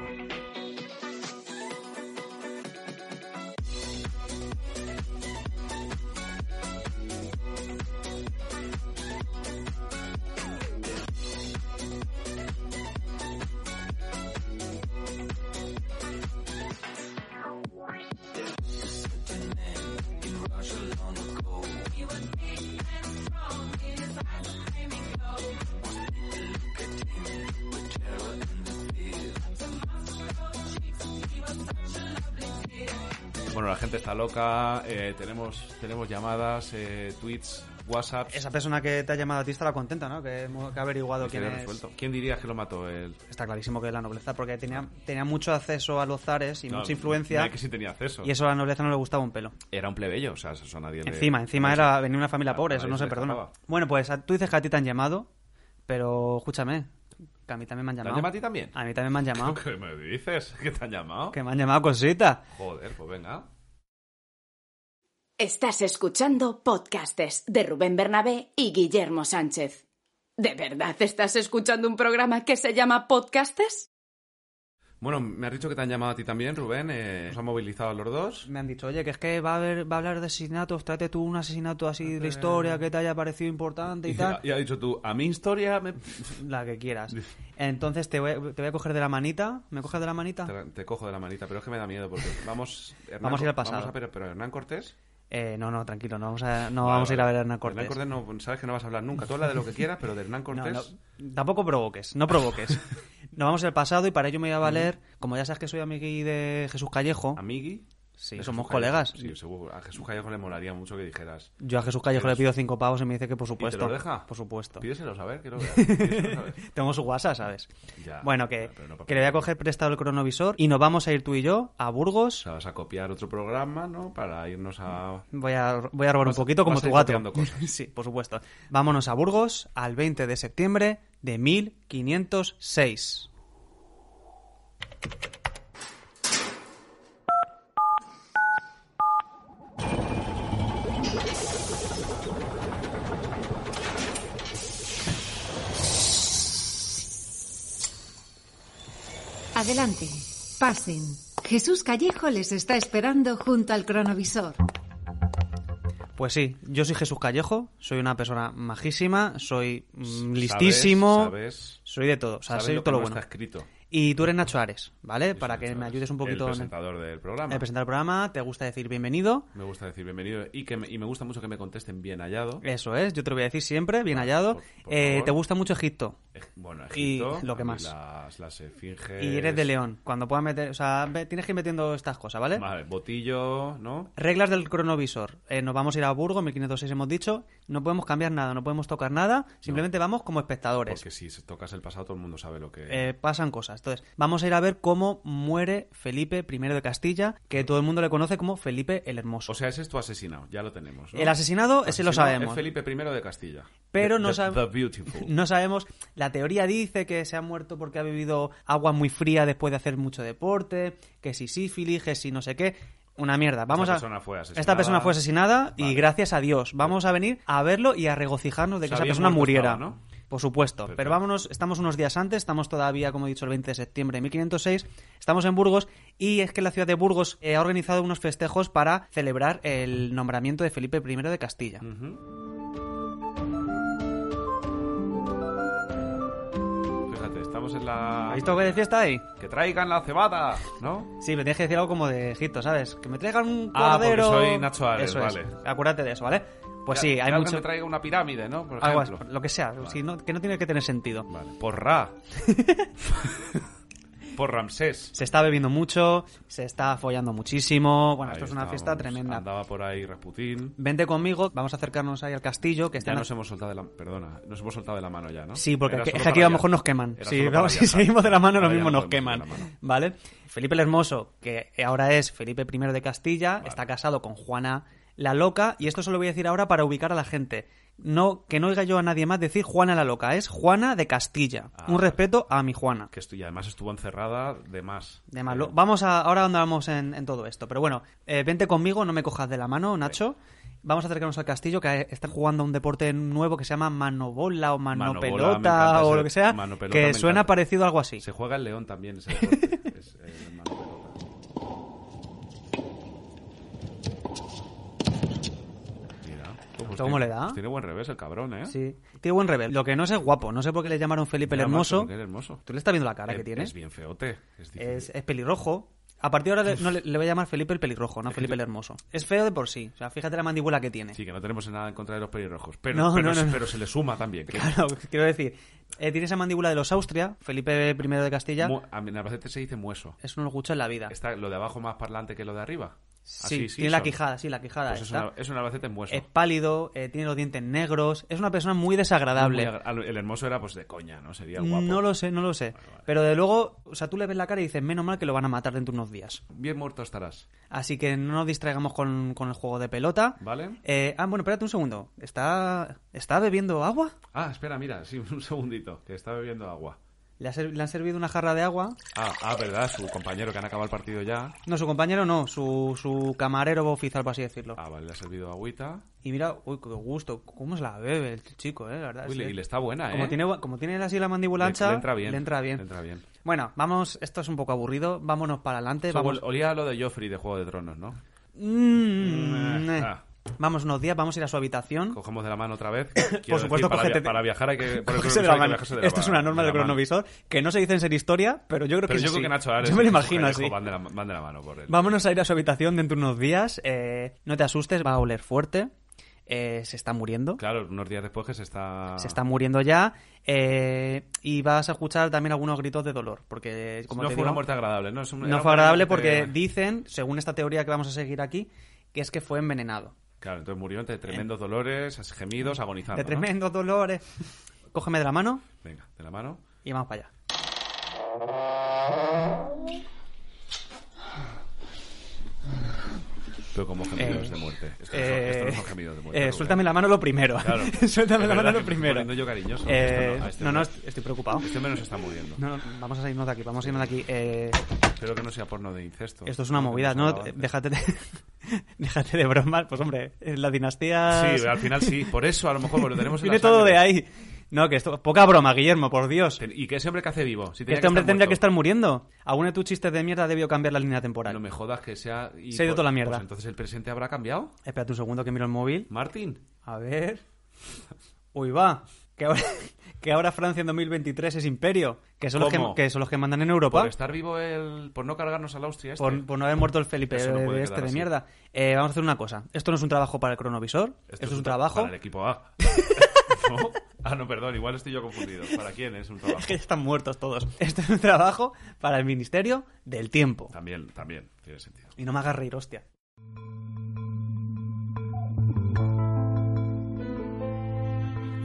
[SPEAKER 1] Bueno, la gente está loca, eh, tenemos, tenemos llamadas, eh, tweets, WhatsApp.
[SPEAKER 2] Esa persona que te ha llamado a ti estará contenta, ¿no? Que, hemos- que ha averiguado quién es.
[SPEAKER 1] ¿Quién diría que lo mató él?
[SPEAKER 2] Está clarísimo que es la nobleza, porque tenía, tenía mucho acceso a los zares y
[SPEAKER 1] No,
[SPEAKER 2] mucha influencia,
[SPEAKER 1] nadie que sí tenía acceso.
[SPEAKER 2] y eso a la nobleza no le gustaba un pelo.
[SPEAKER 1] Era un plebeyo, o sea, eso a nadie le-
[SPEAKER 2] Encima, encima era venir una familia
[SPEAKER 1] a-
[SPEAKER 2] pobre,
[SPEAKER 1] a
[SPEAKER 2] eso
[SPEAKER 1] nadie
[SPEAKER 2] no
[SPEAKER 1] se
[SPEAKER 2] se
[SPEAKER 1] le
[SPEAKER 2] perdona.
[SPEAKER 1] escapaba.
[SPEAKER 2] Bueno, pues a- tú dices que a ti te han llamado, pero escúchame, que a mí también me han
[SPEAKER 1] ¿Te han
[SPEAKER 2] llamado.
[SPEAKER 1] llamado a ti también?
[SPEAKER 2] A mí también me han llamado,
[SPEAKER 1] ¿Qué me dices? ¿Qué te han llamado?
[SPEAKER 2] que me han llamado cositas.
[SPEAKER 1] Joder, pues venga.
[SPEAKER 5] Estás escuchando podcastes de Rubén Bernabé y Guillermo Sánchez. ¿De verdad estás escuchando un programa que se llama Podcastes?
[SPEAKER 1] Bueno, me has dicho que te han llamado a ti también, Rubén. eh, nos han movilizado a los dos.
[SPEAKER 2] Me han dicho, oye, que es que va a, haber, va a hablar de asesinatos, trate tú un asesinato así de la historia que te haya parecido importante y tal.
[SPEAKER 1] y ha dicho tú, a mi historia me...
[SPEAKER 2] La que quieras. Entonces te voy, te voy a coger de la manita. ¿Me coges de la manita?
[SPEAKER 1] Te, te cojo de la manita, pero es que me da miedo porque vamos... Hernán
[SPEAKER 2] Ah. Vamos a ir al
[SPEAKER 1] Cor-
[SPEAKER 2] pasado.
[SPEAKER 1] vamos a- pero, pero Hernán Cortés...
[SPEAKER 2] Eh, no, no, tranquilo, no vamos a, no vamos a ir a ver a Hernán Cortés.
[SPEAKER 1] no, sabes que no vas a hablar nunca. Tú habla de lo que quieras, pero de Hernán
[SPEAKER 2] No,
[SPEAKER 1] Cortés...
[SPEAKER 2] no, tampoco provoques, no provoques. Nos vamos al pasado y para ello me voy a valer, como ya sabes que soy amigui de Jesús Callejo,
[SPEAKER 1] Amigui.
[SPEAKER 2] Sí,
[SPEAKER 1] de
[SPEAKER 2] somos
[SPEAKER 1] Jesús
[SPEAKER 2] colegas.
[SPEAKER 1] Callejo. Sí, seguro. A Jesús Callejo le molaría mucho que dijeras.
[SPEAKER 2] yo a Jesús Callejo le
[SPEAKER 1] Eres-
[SPEAKER 2] pido cinco pavos y me dice que por supuesto.
[SPEAKER 1] ¿Y te lo deja?
[SPEAKER 2] Por supuesto.
[SPEAKER 1] Pídeselo saber, quiero ver. Pídeselo saber.
[SPEAKER 2] Tengo su WhatsApp, ¿sabes?
[SPEAKER 1] Ya,
[SPEAKER 2] bueno, que,
[SPEAKER 1] pero no pasa
[SPEAKER 2] que le voy a
[SPEAKER 1] nada.
[SPEAKER 2] coger prestado el cronovisor y nos vamos a ir tú y yo a
[SPEAKER 1] O
[SPEAKER 2] Burgos.
[SPEAKER 1] sea, vas a copiar otro programa, ¿no? Para irnos a...
[SPEAKER 2] Voy a, voy a robar
[SPEAKER 1] Vas-
[SPEAKER 2] un poquito como
[SPEAKER 1] vas a
[SPEAKER 2] tu
[SPEAKER 1] ir
[SPEAKER 2] gato.
[SPEAKER 1] copiando cosas.
[SPEAKER 2] sí, por supuesto. Vámonos a Burgos al 20 de septiembre de 1506.
[SPEAKER 6] Adelante, pasen. Jesús Callejo les está esperando junto al cronovisor.
[SPEAKER 2] Pues sí, yo soy Jesús Callejo, soy una persona majísima, soy mm, listísimo,
[SPEAKER 1] Sabes,
[SPEAKER 2] soy de todo, o sea,
[SPEAKER 1] sabes
[SPEAKER 2] soy
[SPEAKER 1] lo que
[SPEAKER 2] todo lo
[SPEAKER 1] no
[SPEAKER 2] bueno.
[SPEAKER 1] está escrito.
[SPEAKER 2] Y tú eres Nacho Ares, ¿vale? Para que
[SPEAKER 1] Eso
[SPEAKER 2] me
[SPEAKER 1] es.
[SPEAKER 2] ayudes un poquito
[SPEAKER 1] El
[SPEAKER 2] en
[SPEAKER 1] presentador del programa.
[SPEAKER 2] el presentar el programa, te gusta decir bienvenido,
[SPEAKER 1] Me gusta decir bienvenido y, que me, y me gusta mucho que me contesten bien hallado.
[SPEAKER 2] eso es, yo te lo voy a decir siempre, bien hallado.
[SPEAKER 1] por- por
[SPEAKER 2] Eh,
[SPEAKER 1] favor.
[SPEAKER 2] te gusta mucho Egipto
[SPEAKER 1] Ej- Bueno,
[SPEAKER 2] y
[SPEAKER 1] Egipto.
[SPEAKER 2] lo que
[SPEAKER 1] a mí
[SPEAKER 2] más.
[SPEAKER 1] Las, las esfinges.
[SPEAKER 2] y eres de León, ¿eh? cuando puedas meter, o sea, ve- tienes que ir metiendo estas cosas, ¿vale?
[SPEAKER 1] Vale, botillo, ¿no?
[SPEAKER 2] Reglas del cronovisor. Eh, nos vamos a ir a Burgos, 1506 hemos dicho. No podemos cambiar nada, no podemos tocar nada. Simplemente vamos como espectadores.
[SPEAKER 1] Porque si se tocas el pasado, todo el mundo sabe lo que.
[SPEAKER 2] Eh, pasan cosas. Entonces, vamos a ir a ver cómo muere Felipe I de Castilla, que todo el mundo le conoce como Felipe el Hermoso.
[SPEAKER 1] o sea, ese es tu asesinado, ya lo tenemos. ¿no?
[SPEAKER 2] el asesinado, ese lo
[SPEAKER 1] Asesinado
[SPEAKER 2] sabemos.
[SPEAKER 1] Es Felipe I de Castilla.
[SPEAKER 2] Pero
[SPEAKER 1] The-
[SPEAKER 2] no
[SPEAKER 1] the-
[SPEAKER 2] sab-
[SPEAKER 1] The Beautiful.
[SPEAKER 2] No sabemos, la teoría dice que se ha muerto porque ha bebido agua muy fría después de hacer mucho deporte, que si sífilis, que si no sé qué. Una mierda. Vamos
[SPEAKER 1] Esta
[SPEAKER 2] a...
[SPEAKER 1] persona fue asesinada.
[SPEAKER 2] Esta persona fue asesinada y
[SPEAKER 1] Vale.
[SPEAKER 2] gracias a Dios vamos a venir a verlo y a regocijarnos de que
[SPEAKER 1] O sea,
[SPEAKER 2] esa
[SPEAKER 1] bien
[SPEAKER 2] persona
[SPEAKER 1] muerto
[SPEAKER 2] muriera.
[SPEAKER 1] estaba, ¿no?
[SPEAKER 2] Por supuesto. Pero
[SPEAKER 1] Perfecto.
[SPEAKER 2] vámonos, estamos unos días antes, estamos todavía, como he dicho, el 20 de septiembre de 1506, estamos en Burgos y es que la ciudad de Burgos eh, ha organizado unos festejos para celebrar el nombramiento de Felipe I de Castilla.
[SPEAKER 1] Mm. Fíjate, estamos en la.
[SPEAKER 2] ¿Has visto que de fiesta ahí?
[SPEAKER 1] ¡Que traigan la cebada! ¿No?
[SPEAKER 2] Sí, me tienes que decir algo como de Egipto, ¿sabes? Que me traigan un
[SPEAKER 1] Ah, porque
[SPEAKER 2] cordero...
[SPEAKER 1] soy Nacho Ares,
[SPEAKER 2] Eso es.
[SPEAKER 1] vale.
[SPEAKER 2] Acuérdate de eso, ¿vale? Pues
[SPEAKER 1] Que-
[SPEAKER 2] sí,
[SPEAKER 1] que
[SPEAKER 2] hay
[SPEAKER 1] alguien
[SPEAKER 2] mucho...
[SPEAKER 1] me traiga una pirámide, ¿no? Por
[SPEAKER 2] Algo,
[SPEAKER 1] ejemplo.
[SPEAKER 2] lo que sea, si no- que no tiene que tener sentido.
[SPEAKER 1] Vale. Por Ra. Por Ramsés.
[SPEAKER 2] Se está bebiendo mucho, se está follando muchísimo. Bueno,
[SPEAKER 1] Ahí
[SPEAKER 2] esto es una
[SPEAKER 1] estábamos.
[SPEAKER 2] fiesta tremenda.
[SPEAKER 1] Andaba por ahí Rasputín.
[SPEAKER 2] Vente conmigo, vamos a acercarnos ahí al castillo que
[SPEAKER 1] Ya
[SPEAKER 2] está en la-
[SPEAKER 1] nos hemos soltado de la perdona, nos hemos soltado de la mano ya, ¿no?
[SPEAKER 2] Este Sí, porque
[SPEAKER 1] Era
[SPEAKER 2] es que-
[SPEAKER 1] solo
[SPEAKER 2] es que aquí
[SPEAKER 1] para
[SPEAKER 2] a lo mejor
[SPEAKER 1] viajar.
[SPEAKER 2] nos queman.
[SPEAKER 1] Era
[SPEAKER 2] Sí,
[SPEAKER 1] solo para
[SPEAKER 2] vamos, si
[SPEAKER 1] viajar.
[SPEAKER 2] seguimos de la mano, lo
[SPEAKER 1] Ahora ya no
[SPEAKER 2] mismo
[SPEAKER 1] podemos
[SPEAKER 2] nos
[SPEAKER 1] ir
[SPEAKER 2] queman.
[SPEAKER 1] de la mano.
[SPEAKER 2] ¿Vale? Felipe el Hermoso, que ahora es Felipe I de Castilla, está casado con Juana la Loca, y esto se lo voy a decir ahora para ubicar a la gente. No, que no oiga yo a nadie más decir Juana la Loca, es Juana de Castilla.
[SPEAKER 1] Ah,
[SPEAKER 2] Un
[SPEAKER 1] vale.
[SPEAKER 2] respeto a mi Juana.
[SPEAKER 1] Que estu- y además estuvo encerrada de más.
[SPEAKER 2] De malo. Vamos a, ahora andamos en, en todo esto. Pero bueno, eh, vente conmigo, no me cojas de la mano, Nacho. Vamos a acercarnos al castillo, que están jugando a un deporte nuevo que se llama manobola o
[SPEAKER 1] Manobola, me
[SPEAKER 2] manopelota
[SPEAKER 1] encanta
[SPEAKER 2] o
[SPEAKER 1] ese-
[SPEAKER 2] lo que sea,
[SPEAKER 1] manopelota me
[SPEAKER 2] que
[SPEAKER 1] encanta.
[SPEAKER 2] suena parecido a algo así.
[SPEAKER 1] Se juega el león también ese deporte. Es, eh, el mano pelota. Mira. Pues
[SPEAKER 2] ¿Cómo
[SPEAKER 1] tiene-
[SPEAKER 2] le da?
[SPEAKER 1] pues tiene buen revés el cabrón, ¿eh?
[SPEAKER 2] Sí. Tío, buen rebel. Lo que no sé es guapo. No sé por qué le llamaron Felipe el
[SPEAKER 1] Mira, macho,
[SPEAKER 2] Hermoso.
[SPEAKER 1] que es hermoso.
[SPEAKER 2] Tú le estás viendo la cara
[SPEAKER 1] Es-
[SPEAKER 2] que tiene.
[SPEAKER 1] Es bien feote. Es difícil.
[SPEAKER 2] Es, es pelirrojo. A partir de ahora le- no, le, le voy a llamar Felipe el pelirrojo, no Felipe el hermoso. Es feo de por sí. O sea, fíjate la mandíbula que tiene.
[SPEAKER 1] Sí, que no tenemos nada en contra de los pelirrojos. Pero,
[SPEAKER 2] No,
[SPEAKER 1] pero,
[SPEAKER 2] no, no, no.
[SPEAKER 1] pero se le suma también. que-
[SPEAKER 2] Claro, quiero decir. eh, tiene esa mandíbula de los Austria, Felipe I de Castilla.
[SPEAKER 1] mu- a mí en Albacete se dice mueso.
[SPEAKER 2] Eso no lo escucho en la vida.
[SPEAKER 1] Está lo de abajo más parlante que lo de arriba.
[SPEAKER 2] Sí,
[SPEAKER 1] Así, sí,
[SPEAKER 2] tiene la
[SPEAKER 1] son.
[SPEAKER 2] quijada, sí, la quijada.
[SPEAKER 1] Pues es,
[SPEAKER 2] está.
[SPEAKER 1] una, es un Albacete en mueso.
[SPEAKER 2] Es pálido, eh, tiene los dientes negros, es una persona muy
[SPEAKER 1] Muy
[SPEAKER 2] desagradable.
[SPEAKER 1] agra- al- el hermoso era pues de coña, ¿no? Sería el guapo.
[SPEAKER 2] no lo sé, no lo sé. Pero de luego, o sea, tú le ves la cara y dices, menos mal que lo van a matar dentro de unos días.
[SPEAKER 1] Bien muerto estarás.
[SPEAKER 2] Así que no nos distraigamos con, con el juego de pelota.
[SPEAKER 1] Vale.
[SPEAKER 2] Eh, ah, bueno, espérate un segundo. ¿Está, ¿Está bebiendo agua?
[SPEAKER 1] Ah, espera, mira, sí, un segundito, que está bebiendo agua.
[SPEAKER 2] Le, ha ser- le han servido una jarra de agua.
[SPEAKER 1] Ah, ah, verdad, su compañero que han acabado el partido ya.
[SPEAKER 2] No, su compañero no, su, su camarero oficial, por así decirlo.
[SPEAKER 1] Ah, vale, le ha servido agüita.
[SPEAKER 2] Y mira, uy, qué gusto, cómo se la bebe el chico, eh, la verdad.
[SPEAKER 1] Uy,
[SPEAKER 2] sí.
[SPEAKER 1] le- y le está buena, ¿eh?
[SPEAKER 2] como, tiene, bu- como tiene así la mandíbula
[SPEAKER 1] Le-
[SPEAKER 2] ancha,
[SPEAKER 1] le entra bien,
[SPEAKER 2] le entra bien.
[SPEAKER 1] le entra bien.
[SPEAKER 2] Bueno, vamos, esto es un poco aburrido, vámonos para adelante.
[SPEAKER 1] Eso
[SPEAKER 2] Eh, vamos,
[SPEAKER 1] ol- olía a lo de Joffrey de Juego de Tronos, ¿no?
[SPEAKER 2] Mm, eh.
[SPEAKER 1] Ah.
[SPEAKER 2] Vamos unos días, vamos a ir a su habitación.
[SPEAKER 1] Cogemos de la mano otra vez. Quiero
[SPEAKER 2] Por
[SPEAKER 1] decir,
[SPEAKER 2] supuesto,
[SPEAKER 1] para,
[SPEAKER 2] cógete
[SPEAKER 1] via- para viajar hay que... por el
[SPEAKER 2] Cogerse
[SPEAKER 1] cronovisor
[SPEAKER 2] de la
[SPEAKER 1] hay que
[SPEAKER 2] mano.
[SPEAKER 1] viajarse de la
[SPEAKER 2] Esto es una
[SPEAKER 1] ma-
[SPEAKER 2] norma
[SPEAKER 1] de
[SPEAKER 2] del
[SPEAKER 1] la mano.
[SPEAKER 2] cronovisor que no se dice en ser historia, pero yo creo
[SPEAKER 1] Pero
[SPEAKER 2] que
[SPEAKER 1] yo
[SPEAKER 2] sí.
[SPEAKER 1] creo que Nacho Ares
[SPEAKER 2] Yo me lo
[SPEAKER 1] y su
[SPEAKER 2] imagino
[SPEAKER 1] Jairejo
[SPEAKER 2] así.
[SPEAKER 1] Van de, la, van de la mano por él.
[SPEAKER 2] Vámonos a ir a su habitación dentro de unos días. eh, no te asustes, va a oler fuerte. eh, se está muriendo.
[SPEAKER 1] Claro, unos días después que se está...
[SPEAKER 2] Se está muriendo ya. eh, y vas a escuchar también algunos gritos de dolor. Porque, como
[SPEAKER 1] no
[SPEAKER 2] te
[SPEAKER 1] fue una
[SPEAKER 2] digo,
[SPEAKER 1] muerte agradable, ¿no? Es un- era
[SPEAKER 2] no
[SPEAKER 1] un
[SPEAKER 2] fue agradable
[SPEAKER 1] paciente-
[SPEAKER 2] porque dicen, según esta teoría que vamos a seguir aquí, que es que fue envenenado.
[SPEAKER 1] Claro, entonces murió entre tremendos dolores, gemidos, agonizando.
[SPEAKER 2] de
[SPEAKER 1] ¿no?
[SPEAKER 2] tremendos dolores. Cógeme de la mano
[SPEAKER 1] Venga, de la mano.
[SPEAKER 2] y vamos para allá.
[SPEAKER 1] Pero como gemidos
[SPEAKER 2] Eh,
[SPEAKER 1] de muerte. Es que
[SPEAKER 2] Eh,
[SPEAKER 1] esto no son gemidos de muerte.
[SPEAKER 2] eh,
[SPEAKER 1] Rubén.
[SPEAKER 2] suéltame la mano lo primero.
[SPEAKER 1] Claro.
[SPEAKER 2] suéltame
[SPEAKER 1] Es verdad
[SPEAKER 2] la mano
[SPEAKER 1] que
[SPEAKER 2] lo
[SPEAKER 1] me estoy
[SPEAKER 2] primero.
[SPEAKER 1] poniendo yo cariñoso.
[SPEAKER 2] Eh,
[SPEAKER 1] Esto no, a este
[SPEAKER 2] no, no,
[SPEAKER 1] no.
[SPEAKER 2] est- estoy preocupado.
[SPEAKER 1] Este menos está muriendo.
[SPEAKER 2] No, no, vamos a salirnos de aquí, vamos a irnos de aquí. Eh,
[SPEAKER 1] Espero que no sea porno de incesto.
[SPEAKER 2] esto es una
[SPEAKER 1] Como
[SPEAKER 2] movida,
[SPEAKER 1] hemos
[SPEAKER 2] ¿no?
[SPEAKER 1] hablado antes.
[SPEAKER 2] Déjate de, déjate de bromas. Pues hombre, en la dinastía...
[SPEAKER 1] Sí, al final sí. Por eso a lo mejor lo tenemos en la
[SPEAKER 2] Viene todo
[SPEAKER 1] sangre.
[SPEAKER 2] de ahí. No, que esto... Poca broma, Guillermo, por Dios.
[SPEAKER 1] Ten- ¿Y qué ese hombre que hace vivo? Si tenía
[SPEAKER 2] Este hombre
[SPEAKER 1] estar
[SPEAKER 2] tendría
[SPEAKER 1] muerto.
[SPEAKER 2] que estar muriendo. Alguno de tus chistes de mierda debió cambiar la línea temporal.
[SPEAKER 1] No me jodas que sea... y
[SPEAKER 2] Se ha ido
[SPEAKER 1] pues-
[SPEAKER 2] toda la mierda.
[SPEAKER 1] pues entonces el presente habrá cambiado.
[SPEAKER 2] Espérate un segundo que miro el móvil.
[SPEAKER 1] Martín.
[SPEAKER 2] A ver. Uy, va. Que ahora, que ahora Francia en 2023 es imperio. Que son, los que,
[SPEAKER 1] ¿Cómo?
[SPEAKER 2] que son los que mandan en Europa.
[SPEAKER 1] Por estar vivo el... Por no cargarnos al Austria este.
[SPEAKER 2] Por, por no haber muerto el Felipe
[SPEAKER 1] Eso no
[SPEAKER 2] eh,
[SPEAKER 1] puede
[SPEAKER 2] este
[SPEAKER 1] quedar
[SPEAKER 2] de
[SPEAKER 1] así.
[SPEAKER 2] mierda. Eh, vamos a hacer una cosa. Esto no es un trabajo para el cronovisor. Esto, es un
[SPEAKER 1] tra-
[SPEAKER 2] trabajo.
[SPEAKER 1] Para el equipo A. ¿No? Ah, no, perdón, igual estoy yo confundido. ¿Para quién es un trabajo?
[SPEAKER 2] que ya están muertos todos. Esto es un trabajo para el Ministerio del Tiempo.
[SPEAKER 1] También, también, tiene sentido.
[SPEAKER 2] Y no me hagas reír, hostia.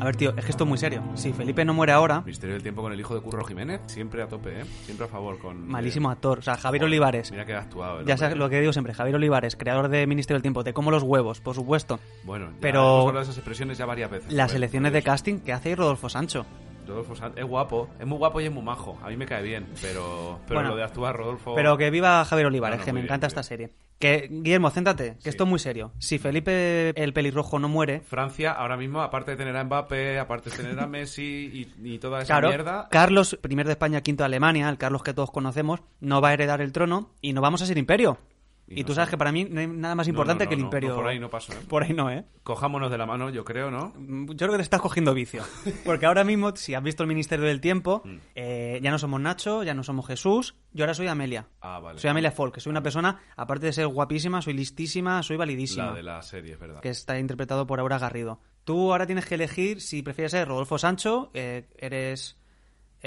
[SPEAKER 2] A ver, tío, es que esto es muy serio. Si Felipe no muere ahora,
[SPEAKER 1] Misterio del tiempo con el hijo de Curro Jiménez, siempre a tope, ¿eh? Siempre a favor con...
[SPEAKER 2] malísimo
[SPEAKER 1] eh,
[SPEAKER 2] actor. O sea, Javier
[SPEAKER 1] joder,
[SPEAKER 2] Olivares.
[SPEAKER 1] Mira que ha actuado. ¿eh? el
[SPEAKER 2] Ya
[SPEAKER 1] hombre.
[SPEAKER 2] sabes lo que digo siempre, Javier Olivares, creador de Ministerio del Tiempo, te como los huevos, por supuesto.
[SPEAKER 1] Bueno, ya
[SPEAKER 2] Pero-
[SPEAKER 1] hemos hablado de esas expresiones ya varias veces.
[SPEAKER 2] Las
[SPEAKER 1] Joder,
[SPEAKER 2] elecciones de
[SPEAKER 1] Dios.
[SPEAKER 2] casting que hace Rodolfo Sancho.
[SPEAKER 1] Rodolfo Sanz es guapo, es muy guapo y es muy majo. A mí me cae bien, pero, pero
[SPEAKER 2] Bueno,
[SPEAKER 1] lo de actuar, Rodolfo.
[SPEAKER 2] Pero que viva Javier Olivares,
[SPEAKER 1] No, no,
[SPEAKER 2] que me
[SPEAKER 1] Oh. muy bien,
[SPEAKER 2] encanta
[SPEAKER 1] muy
[SPEAKER 2] esta serie. Que, Guillermo, céntrate, que esto es muy serio. Si Felipe el pelirrojo no muere,
[SPEAKER 1] Francia, ahora mismo, aparte de tener a Mbappé, aparte de tener a Messi y, y toda esa
[SPEAKER 2] claro,
[SPEAKER 1] mierda.
[SPEAKER 2] Carlos I de España, quinto de Alemania, el Carlos que todos conocemos, no va a heredar el trono y no vamos a ser imperio.
[SPEAKER 1] Y
[SPEAKER 2] Y,
[SPEAKER 1] no
[SPEAKER 2] tú
[SPEAKER 1] sé.
[SPEAKER 2] sabes que para mí no hay nada más
[SPEAKER 1] No,
[SPEAKER 2] importante
[SPEAKER 1] no, no,
[SPEAKER 2] que el
[SPEAKER 1] no,
[SPEAKER 2] imperio.
[SPEAKER 1] no, por ahí no paso, ¿eh?
[SPEAKER 2] Por ahí no, ¿eh?
[SPEAKER 1] Cojámonos de la mano, yo creo, ¿no?
[SPEAKER 2] Yo creo que te estás cogiendo vicio. Porque ahora mismo, si has visto el Ministerio del Tiempo,
[SPEAKER 1] Mm.
[SPEAKER 2] eh, ya no somos Nacho, ya no somos Jesús, yo ahora soy Amelia.
[SPEAKER 1] Ah, vale.
[SPEAKER 2] Soy Amelia Folk, que soy una persona, aparte de ser guapísima, soy listísima, soy validísima.
[SPEAKER 1] La de la serie, es verdad.
[SPEAKER 2] Que está interpretado por Aura Garrido. Tú ahora tienes que elegir si prefieres ser Rodolfo Sancho, eh, eres...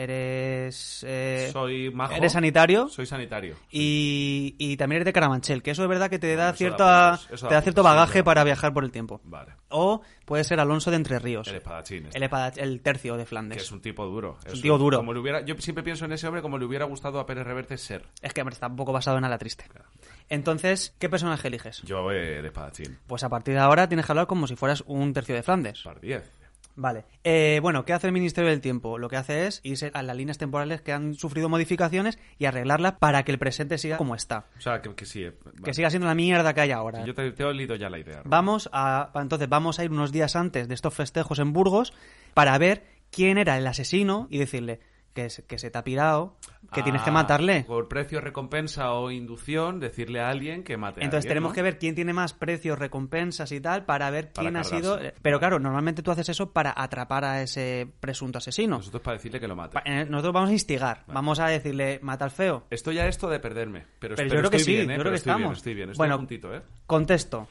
[SPEAKER 2] Eres... eh,
[SPEAKER 1] Soy majo.
[SPEAKER 2] Eres sanitario.
[SPEAKER 1] Soy sanitario.
[SPEAKER 2] Y, y también eres de Carabanchel, que eso es verdad que te
[SPEAKER 1] eso
[SPEAKER 2] da,
[SPEAKER 1] da
[SPEAKER 2] cierta,
[SPEAKER 1] puntos, eso da
[SPEAKER 2] te da cierto
[SPEAKER 1] puntos, sí,
[SPEAKER 2] bagaje
[SPEAKER 1] claro.
[SPEAKER 2] para viajar por el tiempo.
[SPEAKER 1] Vale.
[SPEAKER 2] O puede ser Alonso de Entre Ríos.
[SPEAKER 1] El espadachín. este,
[SPEAKER 2] El, espada- el tercio de Flandes.
[SPEAKER 1] Que es un tipo duro.
[SPEAKER 2] un tío duro.
[SPEAKER 1] Como le hubiera, yo siempre pienso en ese hombre como le hubiera gustado a Pérez Reverte ser.
[SPEAKER 2] Es que hombre, está un poco basado en ala triste. Entonces, ¿qué personaje eliges?
[SPEAKER 1] Yo, eh, de espadachín.
[SPEAKER 2] Pues a partir de ahora tienes que hablar como si fueras un tercio de Flandes.
[SPEAKER 1] Par 10.
[SPEAKER 2] Vale. Eh, bueno, ¿qué hace el Ministerio del Tiempo? Lo que hace es irse a las líneas temporales que han sufrido modificaciones y arreglarlas para que el presente siga como está.
[SPEAKER 1] O sea, que, que sí. eh, vale.
[SPEAKER 2] Que siga siendo la mierda que hay ahora.
[SPEAKER 1] Yo te, te he olido ya la idea. Rubén.
[SPEAKER 2] Vamos a. Entonces, vamos a ir unos días antes de estos festejos en Burgos para ver quién era el asesino y decirle que, se- que se te ha pirado, que tienes que
[SPEAKER 1] Ah,
[SPEAKER 2] matarle.
[SPEAKER 1] Por precio, recompensa o inducción, decirle a alguien que mate
[SPEAKER 2] Entonces tenemos que ver quién tiene más precios, recompensas y tal para ver
[SPEAKER 1] Para
[SPEAKER 2] quién ha sido.
[SPEAKER 1] cargarse.
[SPEAKER 2] Pero claro, normalmente tú haces eso para atrapar a ese presunto asesino.
[SPEAKER 1] Nosotros para decirle que lo mate.
[SPEAKER 2] Pa- eh, Nosotros vamos a instigar, vamos a decirle mata al feo.
[SPEAKER 1] Estoy a esto de perderme. Pero,
[SPEAKER 2] Pero yo
[SPEAKER 1] espero-
[SPEAKER 2] creo que
[SPEAKER 1] estoy
[SPEAKER 2] sí,
[SPEAKER 1] bien, ¿eh?
[SPEAKER 2] yo creo
[SPEAKER 1] Pero
[SPEAKER 2] que
[SPEAKER 1] estoy Bien,
[SPEAKER 2] estamos.
[SPEAKER 1] estoy bien, estoy
[SPEAKER 2] Bueno,
[SPEAKER 1] a puntito, ¿eh?
[SPEAKER 2] Contexto.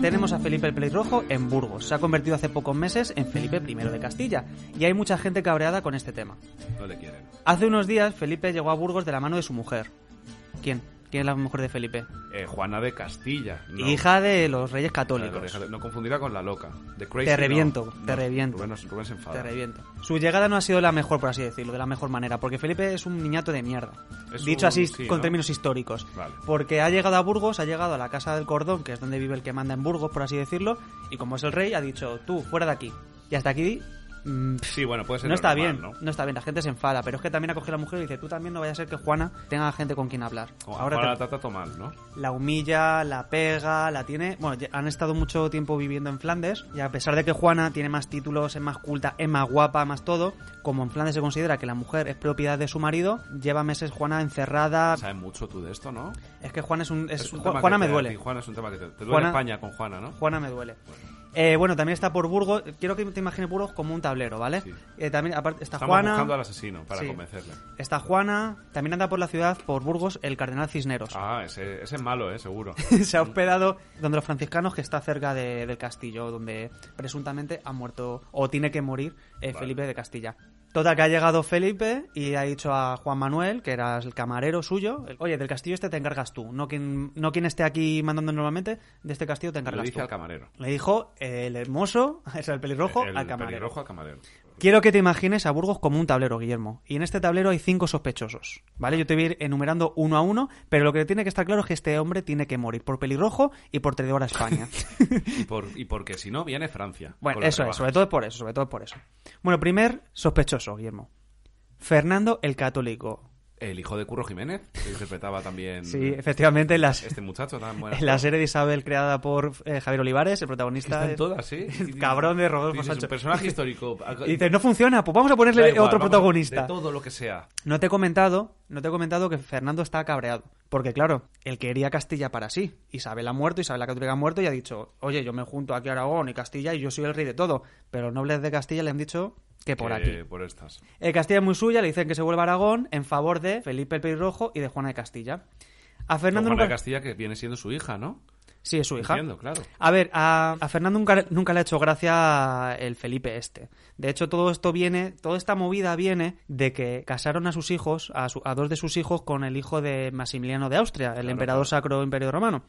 [SPEAKER 2] Tenemos a Felipe el Pelirrojo en Burgos. Se ha convertido hace pocos meses en Felipe I de Castilla. Y hay mucha gente cabreada con este tema.
[SPEAKER 1] No le quieren.
[SPEAKER 2] Hace unos días Felipe llegó a Burgos de la mano de su mujer. ¿Quién? ¿Quién es la mujer de Felipe?
[SPEAKER 1] Eh, Juana de Castilla. no.
[SPEAKER 2] Hija de los Reyes
[SPEAKER 1] Juana de
[SPEAKER 2] Católicos.
[SPEAKER 1] Oreja de- No confundirla con la loca. The Crazy,
[SPEAKER 2] Te
[SPEAKER 1] no.
[SPEAKER 2] reviento,
[SPEAKER 1] No,
[SPEAKER 2] te reviento.
[SPEAKER 1] Rubén, nos- Rubén se enfada.
[SPEAKER 2] Te reviento. Su llegada no ha sido la mejor, por así decirlo, de la mejor manera, porque Felipe es un niñato de mierda.
[SPEAKER 1] Es
[SPEAKER 2] Dicho
[SPEAKER 1] un-
[SPEAKER 2] así,
[SPEAKER 1] sí,
[SPEAKER 2] con
[SPEAKER 1] ¿no?
[SPEAKER 2] términos históricos.
[SPEAKER 1] Vale.
[SPEAKER 2] Porque ha llegado a Burgos, ha llegado a la casa del cordón, que es donde vive el que manda en Burgos, por así decirlo, y como es el rey, ha dicho, tú, fuera de aquí. Y hasta aquí mm, pff,
[SPEAKER 1] Sí, bueno, puede ser
[SPEAKER 2] no está
[SPEAKER 1] normal,
[SPEAKER 2] bien, ¿no?
[SPEAKER 1] ¿no?
[SPEAKER 2] está bien, la gente se enfada, pero es que también acoge a la mujer y dice, tú también no vaya a ser que Juana tenga gente con quien hablar.
[SPEAKER 1] Como
[SPEAKER 2] Ahora
[SPEAKER 1] ahora la
[SPEAKER 2] te-
[SPEAKER 1] trata todo mal, ¿no?
[SPEAKER 2] la humilla, la pega, la tiene... Bueno, ya han estado mucho tiempo viviendo en Flandes y a pesar de que Juana tiene más títulos, es más culta, es más guapa, más todo, como en Flandes se considera que la mujer es propiedad de su marido, lleva meses Juana encerrada...
[SPEAKER 1] Sabes mucho tú de esto, ¿no?
[SPEAKER 2] es que Juana es un... Ah. es-
[SPEAKER 1] Es un
[SPEAKER 2] Ju-
[SPEAKER 1] tema que
[SPEAKER 2] Juana me
[SPEAKER 1] te-
[SPEAKER 2] duele.
[SPEAKER 1] a ti, Juana es un tema que te, te duele
[SPEAKER 2] Juana-
[SPEAKER 1] España con Juana, ¿no?
[SPEAKER 2] Juana me duele. Eh, bueno, también está por Burgos. Quiero que te imagines Burgos como un tablero, ¿vale?
[SPEAKER 1] Sí.
[SPEAKER 2] Eh, también aparte está
[SPEAKER 1] Estamos
[SPEAKER 2] Juana.
[SPEAKER 1] buscando al asesino para
[SPEAKER 2] Sí.
[SPEAKER 1] convencerle.
[SPEAKER 2] Está Juana. También anda por la ciudad, por Burgos, el cardenal Cisneros.
[SPEAKER 1] Ah, ese, ese es malo, ¿eh? Seguro.
[SPEAKER 2] Se ha hospedado donde los franciscanos, que está cerca de- del castillo, donde presuntamente ha muerto o tiene que morir eh, Felipe de Castilla. Total, que ha llegado Felipe y ha dicho a Juan Manuel, que era el camarero suyo, oye, del castillo este te encargas tú, no quien, no quien esté aquí mandando normalmente, de este castillo te
[SPEAKER 1] Lo
[SPEAKER 2] encargas tú.
[SPEAKER 1] dice al camarero.
[SPEAKER 2] Le dijo el hermoso, o sea, el pelirrojo,
[SPEAKER 1] el,
[SPEAKER 2] al camarero.
[SPEAKER 1] pelirrojo al camarero.
[SPEAKER 2] Quiero que te imagines a Burgos como un tablero, Guillermo. Y en este tablero hay cinco sospechosos, ¿vale? Yo te voy a ir enumerando uno a uno, pero lo que tiene que estar claro es que este hombre tiene que morir por pelirrojo y por traidor a España.
[SPEAKER 1] Y, por, y porque si no, viene Francia.
[SPEAKER 2] bueno,
[SPEAKER 1] con las
[SPEAKER 2] eso es,
[SPEAKER 1] rebajas.
[SPEAKER 2] sobre todo es por eso, sobre todo es por eso. Bueno, primer sospechoso, Guillermo. Fernando el Católico.
[SPEAKER 1] El hijo de Curro Jiménez, que interpretaba también
[SPEAKER 2] Sí, efectivamente, en la,
[SPEAKER 1] Mm. este muchacho tan bueno.
[SPEAKER 2] en la serie de Isabel creada por eh, Javier Olivares, el protagonista...
[SPEAKER 1] Están
[SPEAKER 2] es-
[SPEAKER 1] todas, ¿sí?
[SPEAKER 2] Cabrón de Rodolfo
[SPEAKER 1] Dices,
[SPEAKER 2] Sancho.
[SPEAKER 1] Un personaje histórico.
[SPEAKER 2] Y dice, no funciona, pues vamos a ponerle
[SPEAKER 1] Da igual,
[SPEAKER 2] otro
[SPEAKER 1] vamos,
[SPEAKER 2] protagonista.
[SPEAKER 1] De todo lo que sea.
[SPEAKER 2] No te he comentado, no te he comentado que Fernando está cabreado. Porque, claro, él quería Castilla para sí. Isabel ha muerto, Isabel la Católica ha muerto y ha dicho, oye, yo me junto aquí a Aragón y Castilla y yo soy el rey de todo. Pero los nobles de Castilla le han dicho que por
[SPEAKER 1] que-
[SPEAKER 2] aquí.
[SPEAKER 1] Por estas.
[SPEAKER 2] Eh, Castilla es muy suya, le dicen que se vuelva a Aragón en favor de Felipe el Pelirrojo y de Juana de Castilla. A Fernando
[SPEAKER 1] Juana de
[SPEAKER 2] nunca...
[SPEAKER 1] Castilla, que viene siendo su hija, ¿no?
[SPEAKER 2] Sí, es su hija.
[SPEAKER 1] Entiendo, claro.
[SPEAKER 2] A ver, a, a Fernando nunca, nunca le ha hecho gracia el Felipe este. De hecho, todo esto viene, toda esta movida viene de que casaron a sus hijos, a, su- a dos de sus hijos, con el hijo de Maximiliano de Austria, el emperador sacro imperio romano.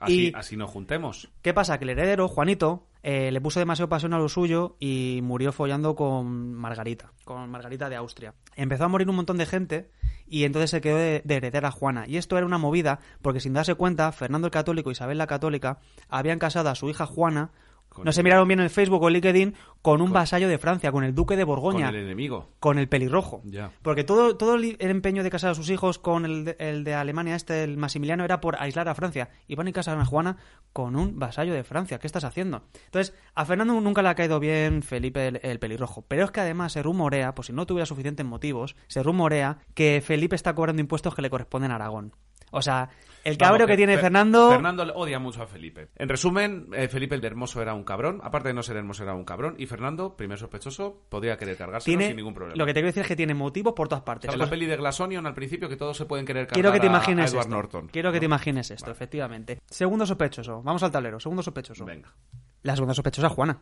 [SPEAKER 1] Así,
[SPEAKER 2] y
[SPEAKER 1] así nos juntemos.
[SPEAKER 2] ¿qué pasa? Que el heredero, Juanito, eh, le puso demasiado pasión a lo suyo y murió follando con Margarita, con Margarita de Austria. Empezó a morir un montón de gente y entonces se quedó de, de heredera Juana. Y esto era una movida porque sin darse cuenta, Fernando el Católico y Isabel la Católica habían casado a su hija Juana.
[SPEAKER 1] Con
[SPEAKER 2] no se
[SPEAKER 1] el-
[SPEAKER 2] miraron bien en el Facebook o el LinkedIn con un vasallo de Francia, con el duque de Borgoña
[SPEAKER 1] Con el enemigo.
[SPEAKER 2] con el pelirrojo.
[SPEAKER 1] Ya.
[SPEAKER 2] Porque todo, todo el el empeño de casar a sus hijos con el de, el de Alemania, este, el Maximiliano, era por aislar a Francia. Y van y casan a Juana con un vasallo de Francia. ¿Qué estás haciendo? Entonces, a Fernando nunca le ha caído bien Felipe el, el pelirrojo. Pero es que además se rumorea, por si no tuviera suficientes motivos, se rumorea que Felipe está cobrando impuestos que le corresponden a Aragón. O sea,
[SPEAKER 1] Vamos, eh,
[SPEAKER 2] el cabreo que tiene
[SPEAKER 1] Fer-
[SPEAKER 2] Fernando...
[SPEAKER 1] Fernando le odia mucho a Felipe. En resumen, eh, Felipe el de Hermoso era un cabrón. Aparte de no ser hermoso, era un cabrón. Y Fernando, primer sospechoso, podría querer cargarse
[SPEAKER 2] tiene,
[SPEAKER 1] sin ningún problema.
[SPEAKER 2] Lo que te quiero decir es que tiene motivos por todas partes.
[SPEAKER 1] Es
[SPEAKER 2] Por-
[SPEAKER 1] la peli de Glasonion al principio que todos se pueden querer cargar
[SPEAKER 2] Quiero que te
[SPEAKER 1] a-
[SPEAKER 2] imagines
[SPEAKER 1] a Edward
[SPEAKER 2] esto.
[SPEAKER 1] Norton.
[SPEAKER 2] Quiero que te imagines esto, efectivamente. Segundo sospechoso. Vamos al tablero. Segundo sospechoso.
[SPEAKER 1] Venga.
[SPEAKER 2] La segunda sospechosa es Juana.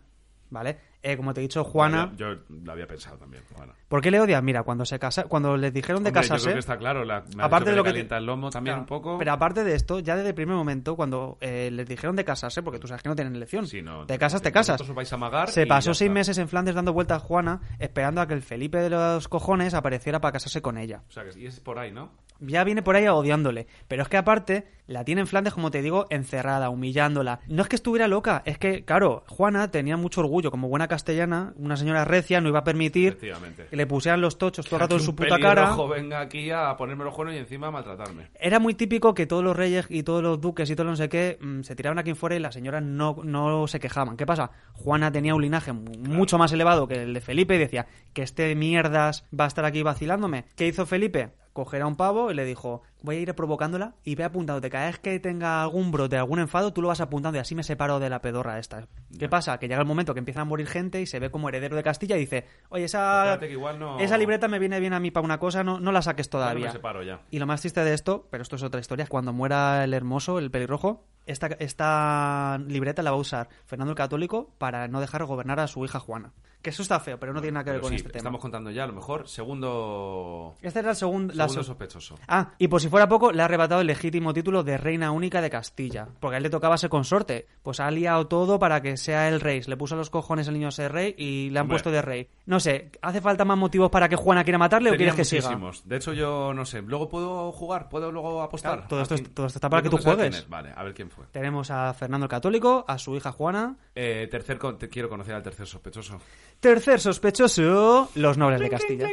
[SPEAKER 2] ¿Vale? Eh, como te he dicho, Juana.
[SPEAKER 1] Yo, yo lo había pensado también, Juana.
[SPEAKER 2] ¿Por qué le odian? Mira, cuando se casa, cuando les dijeron de
[SPEAKER 1] Hombre, Yo
[SPEAKER 2] casarse.
[SPEAKER 1] creo que está claro. La, me ha
[SPEAKER 2] eh?
[SPEAKER 1] dicho que
[SPEAKER 2] Aparte de
[SPEAKER 1] le
[SPEAKER 2] lo que te-
[SPEAKER 1] calienta el lomo también
[SPEAKER 2] Claro.
[SPEAKER 1] un poco.
[SPEAKER 2] Pero aparte de esto, ya desde el primer momento, cuando eh, les dijeron de casarse, porque tú sabes que no tienen elección.
[SPEAKER 1] Sí, no,
[SPEAKER 2] te casas, te
[SPEAKER 1] vosotros
[SPEAKER 2] casas.
[SPEAKER 1] os vais a amagar y
[SPEAKER 2] Se
[SPEAKER 1] ya
[SPEAKER 2] pasó seis
[SPEAKER 1] está.
[SPEAKER 2] meses en Flandes dando vueltas a Juana, esperando a que el Felipe de los cojones apareciera para casarse con ella.
[SPEAKER 1] O sea, que y es por ahí, ¿no?
[SPEAKER 2] Ya viene por ahí odiándole. Pero es que aparte, la tiene en Flandes, como te digo, encerrada, humillándola. No es que estuviera loca, es que, claro, Juana tenía mucho orgullo. Como buena castellana, una señora recia no iba a permitir
[SPEAKER 1] Efectivamente.
[SPEAKER 2] que le pusieran los tochos todo el rato en
[SPEAKER 1] Que
[SPEAKER 2] su
[SPEAKER 1] un
[SPEAKER 2] puta cara.
[SPEAKER 1] pelirrojo venga aquí a ponerme los cuernos y encima a maltratarme.
[SPEAKER 2] Era muy típico que todos los reyes y todos los duques y todo lo no sé qué mm, se tiraban aquí fuera y las señoras no, no se quejaban. ¿Qué pasa? Juana tenía un linaje mu- mucho más elevado que el de Felipe y decía que este mierdas va a estar aquí vacilándome. ¿Qué hizo Felipe? Coger a un pavo y le dijo, voy a ir provocándola y ve apuntándote. Cada vez que tenga algún brote, algún enfado, tú lo vas apuntando y así me separo de la pedorra esta. ¿Qué pasa? Que llega el momento que empieza a morir gente y se ve como heredero de Castilla y dice, oye, esa,
[SPEAKER 1] Espérate que igual no-
[SPEAKER 2] Ah, esa libreta me viene bien a mí para una cosa, no, no la saques todavía.
[SPEAKER 1] me separo ya.
[SPEAKER 2] Y lo más triste de esto, pero esto es otra historia, cuando muera el hermoso, el pelirrojo, esta, esta libreta la va a usar Fernando el Católico para no dejar gobernar a su hija Juana. Que eso está feo, pero no tiene nada que ver
[SPEAKER 1] Pero
[SPEAKER 2] con
[SPEAKER 1] sí,
[SPEAKER 2] este tema.
[SPEAKER 1] estamos contando ya, a lo mejor, segundo,
[SPEAKER 2] Esta era el segundo... la
[SPEAKER 1] segundo
[SPEAKER 2] so-
[SPEAKER 1] sospechoso.
[SPEAKER 2] Ah, y por si fuera poco, le ha arrebatado el legítimo título de Reina Única de Castilla, porque a él le tocaba ser consorte. Pues ha liado todo para que sea el rey. Se Le puso a los cojones el niño a ser rey y le han
[SPEAKER 1] Hombre.
[SPEAKER 2] puesto de rey. No sé, ¿hace falta más motivos para que Juana quiera matarle o
[SPEAKER 1] Tenía
[SPEAKER 2] quieres que siga?
[SPEAKER 1] muchísimos. De hecho, yo no sé. Luego puedo jugar, puedo luego apostar.
[SPEAKER 2] Claro, todo
[SPEAKER 1] ¿A
[SPEAKER 2] esto
[SPEAKER 1] quién?
[SPEAKER 2] es- todo esto está para
[SPEAKER 1] Yo
[SPEAKER 2] que
[SPEAKER 1] creo
[SPEAKER 2] tú
[SPEAKER 1] sé quién
[SPEAKER 2] juegues.
[SPEAKER 1] es. Vale, a ver quién fue.
[SPEAKER 2] Tenemos a Fernando el Católico, a su hija Juana.
[SPEAKER 1] Eh, tercer, con- te quiero conocer al tercer sospechoso.
[SPEAKER 2] Tercer sospechoso, los nobles de Castilla.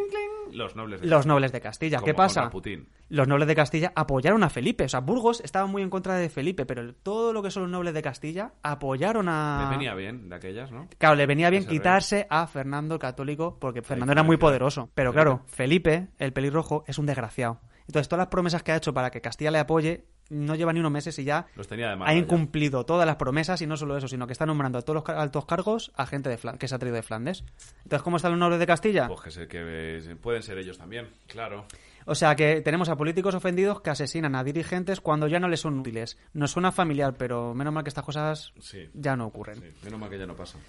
[SPEAKER 1] Los nobles de
[SPEAKER 2] Los nobles de Castilla.
[SPEAKER 1] Como
[SPEAKER 2] ¿Qué
[SPEAKER 1] con
[SPEAKER 2] pasa?
[SPEAKER 1] Raputín.
[SPEAKER 2] Los nobles de Castilla apoyaron a Felipe. O sea, Burgos estaba muy en contra de Felipe, pero el- todo lo que son los nobles de Castilla apoyaron a...
[SPEAKER 1] Les venía bien de aquellas, ¿no?
[SPEAKER 2] Claro, le venía bien
[SPEAKER 1] Ese rey.
[SPEAKER 2] quitarse a Fernando el Católico porque Fernando
[SPEAKER 1] Ahí,
[SPEAKER 2] era muy
[SPEAKER 1] Felipe.
[SPEAKER 2] poderoso. Pero claro, Felipe, el pelirrojo, es un desgraciado. Entonces, todas las promesas que ha hecho para que Castilla le apoye no lleva ni unos meses y ya
[SPEAKER 1] Los tenía de
[SPEAKER 2] ha
[SPEAKER 1] mala ya.
[SPEAKER 2] incumplido todas las promesas y no solo eso, sino que está nombrando a todos los car- altos cargos a gente de Flan- que se ha traído de Flandes. Entonces, ¿cómo están los nobles de Castilla?
[SPEAKER 1] Pues que, se- que eh, pueden ser ellos también, claro.
[SPEAKER 2] O sea que tenemos a políticos ofendidos que asesinan a dirigentes cuando ya no les son útiles. Nos suena familiar, pero menos mal que estas cosas
[SPEAKER 1] Sí.
[SPEAKER 2] ya no ocurren.
[SPEAKER 1] Sí, Ah. Menos mal que ya no pasa.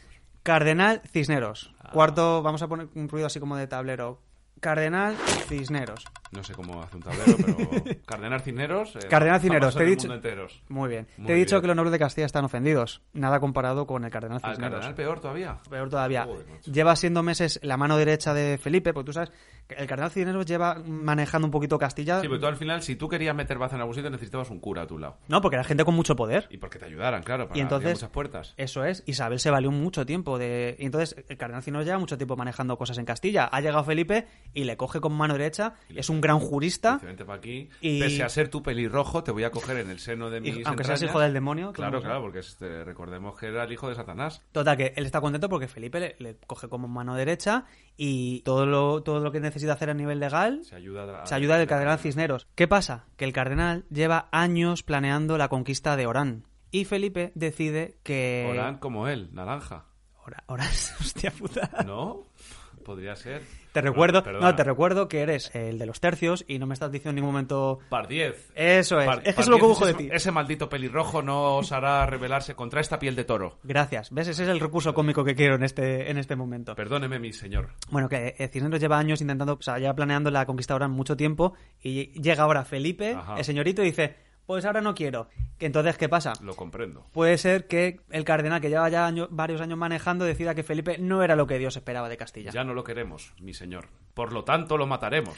[SPEAKER 2] Cardenal Cisneros. Cuarto, vamos a poner un ruido así como de tablero. Cardenal Cisneros.
[SPEAKER 1] No sé cómo hace un tablero, pero. Cardenal Cisneros. eh,
[SPEAKER 2] Cardenal Cisneros,
[SPEAKER 1] famoso
[SPEAKER 2] te he
[SPEAKER 1] en el
[SPEAKER 2] dicho-
[SPEAKER 1] mundo Ah, enteros.
[SPEAKER 2] Muy bien.
[SPEAKER 1] Muy
[SPEAKER 2] Te he dicho
[SPEAKER 1] bien.
[SPEAKER 2] que los nobles de Castilla están ofendidos. Nada comparado con el Cardenal
[SPEAKER 1] Al
[SPEAKER 2] Cisneros.
[SPEAKER 1] cardenal peor todavía.
[SPEAKER 2] Peor todavía.
[SPEAKER 1] Joder, macho.
[SPEAKER 2] lleva siendo meses la mano derecha de Felipe, porque tú sabes que el Cardenal Cisneros lleva manejando un poquito Castilla.
[SPEAKER 1] Sí, pero tú al final, si tú querías meter baza en algún sitio, necesitabas un cura a tu lado.
[SPEAKER 2] No, porque era gente con mucho poder.
[SPEAKER 1] Y porque te ayudaran, claro, para
[SPEAKER 2] Y entonces-
[SPEAKER 1] abrir muchas puertas.
[SPEAKER 2] Eso es, Isabel se valió mucho tiempo de... Y entonces el cardenal Cino lleva mucho tiempo manejando cosas en Castilla. Ha llegado Felipe y le coge con mano derecha, es un gran jurista,
[SPEAKER 1] Dice, "Vente pa' aquí.
[SPEAKER 2] Y-
[SPEAKER 1] Pese a ser tu pelirrojo, te voy a coger en el seno de mis
[SPEAKER 2] y, aunque seas
[SPEAKER 1] entrañas".
[SPEAKER 2] hijo del demonio.
[SPEAKER 1] Claro,
[SPEAKER 2] tenemos-
[SPEAKER 1] claro, porque este, recordemos que era el hijo de Satanás.
[SPEAKER 2] Total, que él está contento porque Felipe le, le coge como mano derecha y todo lo, todo lo que necesita hacer a nivel legal
[SPEAKER 1] Se ayuda, a-
[SPEAKER 2] se ayuda del cardenal Cisneros. ¿Qué pasa? Que el cardenal lleva años planeando la conquista de Orán. Y Felipe decide que...
[SPEAKER 1] Orán como él, naranja.
[SPEAKER 2] Ora- Orán, hostia puta.
[SPEAKER 1] ¿No? Podría ser.
[SPEAKER 2] Te
[SPEAKER 1] Bueno,
[SPEAKER 2] recuerdo,
[SPEAKER 1] perdona.
[SPEAKER 2] no, te recuerdo que eres el de los tercios y no me estás diciendo en ningún momento.
[SPEAKER 1] Par 10.
[SPEAKER 2] Eso es,
[SPEAKER 1] Par-
[SPEAKER 2] es que
[SPEAKER 1] Par
[SPEAKER 2] eso lo
[SPEAKER 1] 10
[SPEAKER 2] cojo de
[SPEAKER 1] ese-
[SPEAKER 2] ti.
[SPEAKER 1] Ese maldito pelirrojo no os hará rebelarse contra esta piel de toro.
[SPEAKER 2] Gracias. ¿Ves? Ese es el recurso cómico que quiero en este, en este momento.
[SPEAKER 1] Perdóneme, mi señor.
[SPEAKER 2] Bueno, que eh, Cisneros lleva años intentando, o sea, lleva planeando la conquista ahora mucho tiempo y llega ahora Felipe,
[SPEAKER 1] Ajá.
[SPEAKER 2] el señorito, y dice, pues ahora no quiero. Que Entonces, ¿qué pasa?
[SPEAKER 1] Lo comprendo.
[SPEAKER 2] Puede ser que el cardenal que lleva ya año- varios años manejando decida que Felipe no era lo que Dios esperaba de Castilla.
[SPEAKER 1] Ya no lo queremos, mi señor. Por lo tanto, lo mataremos.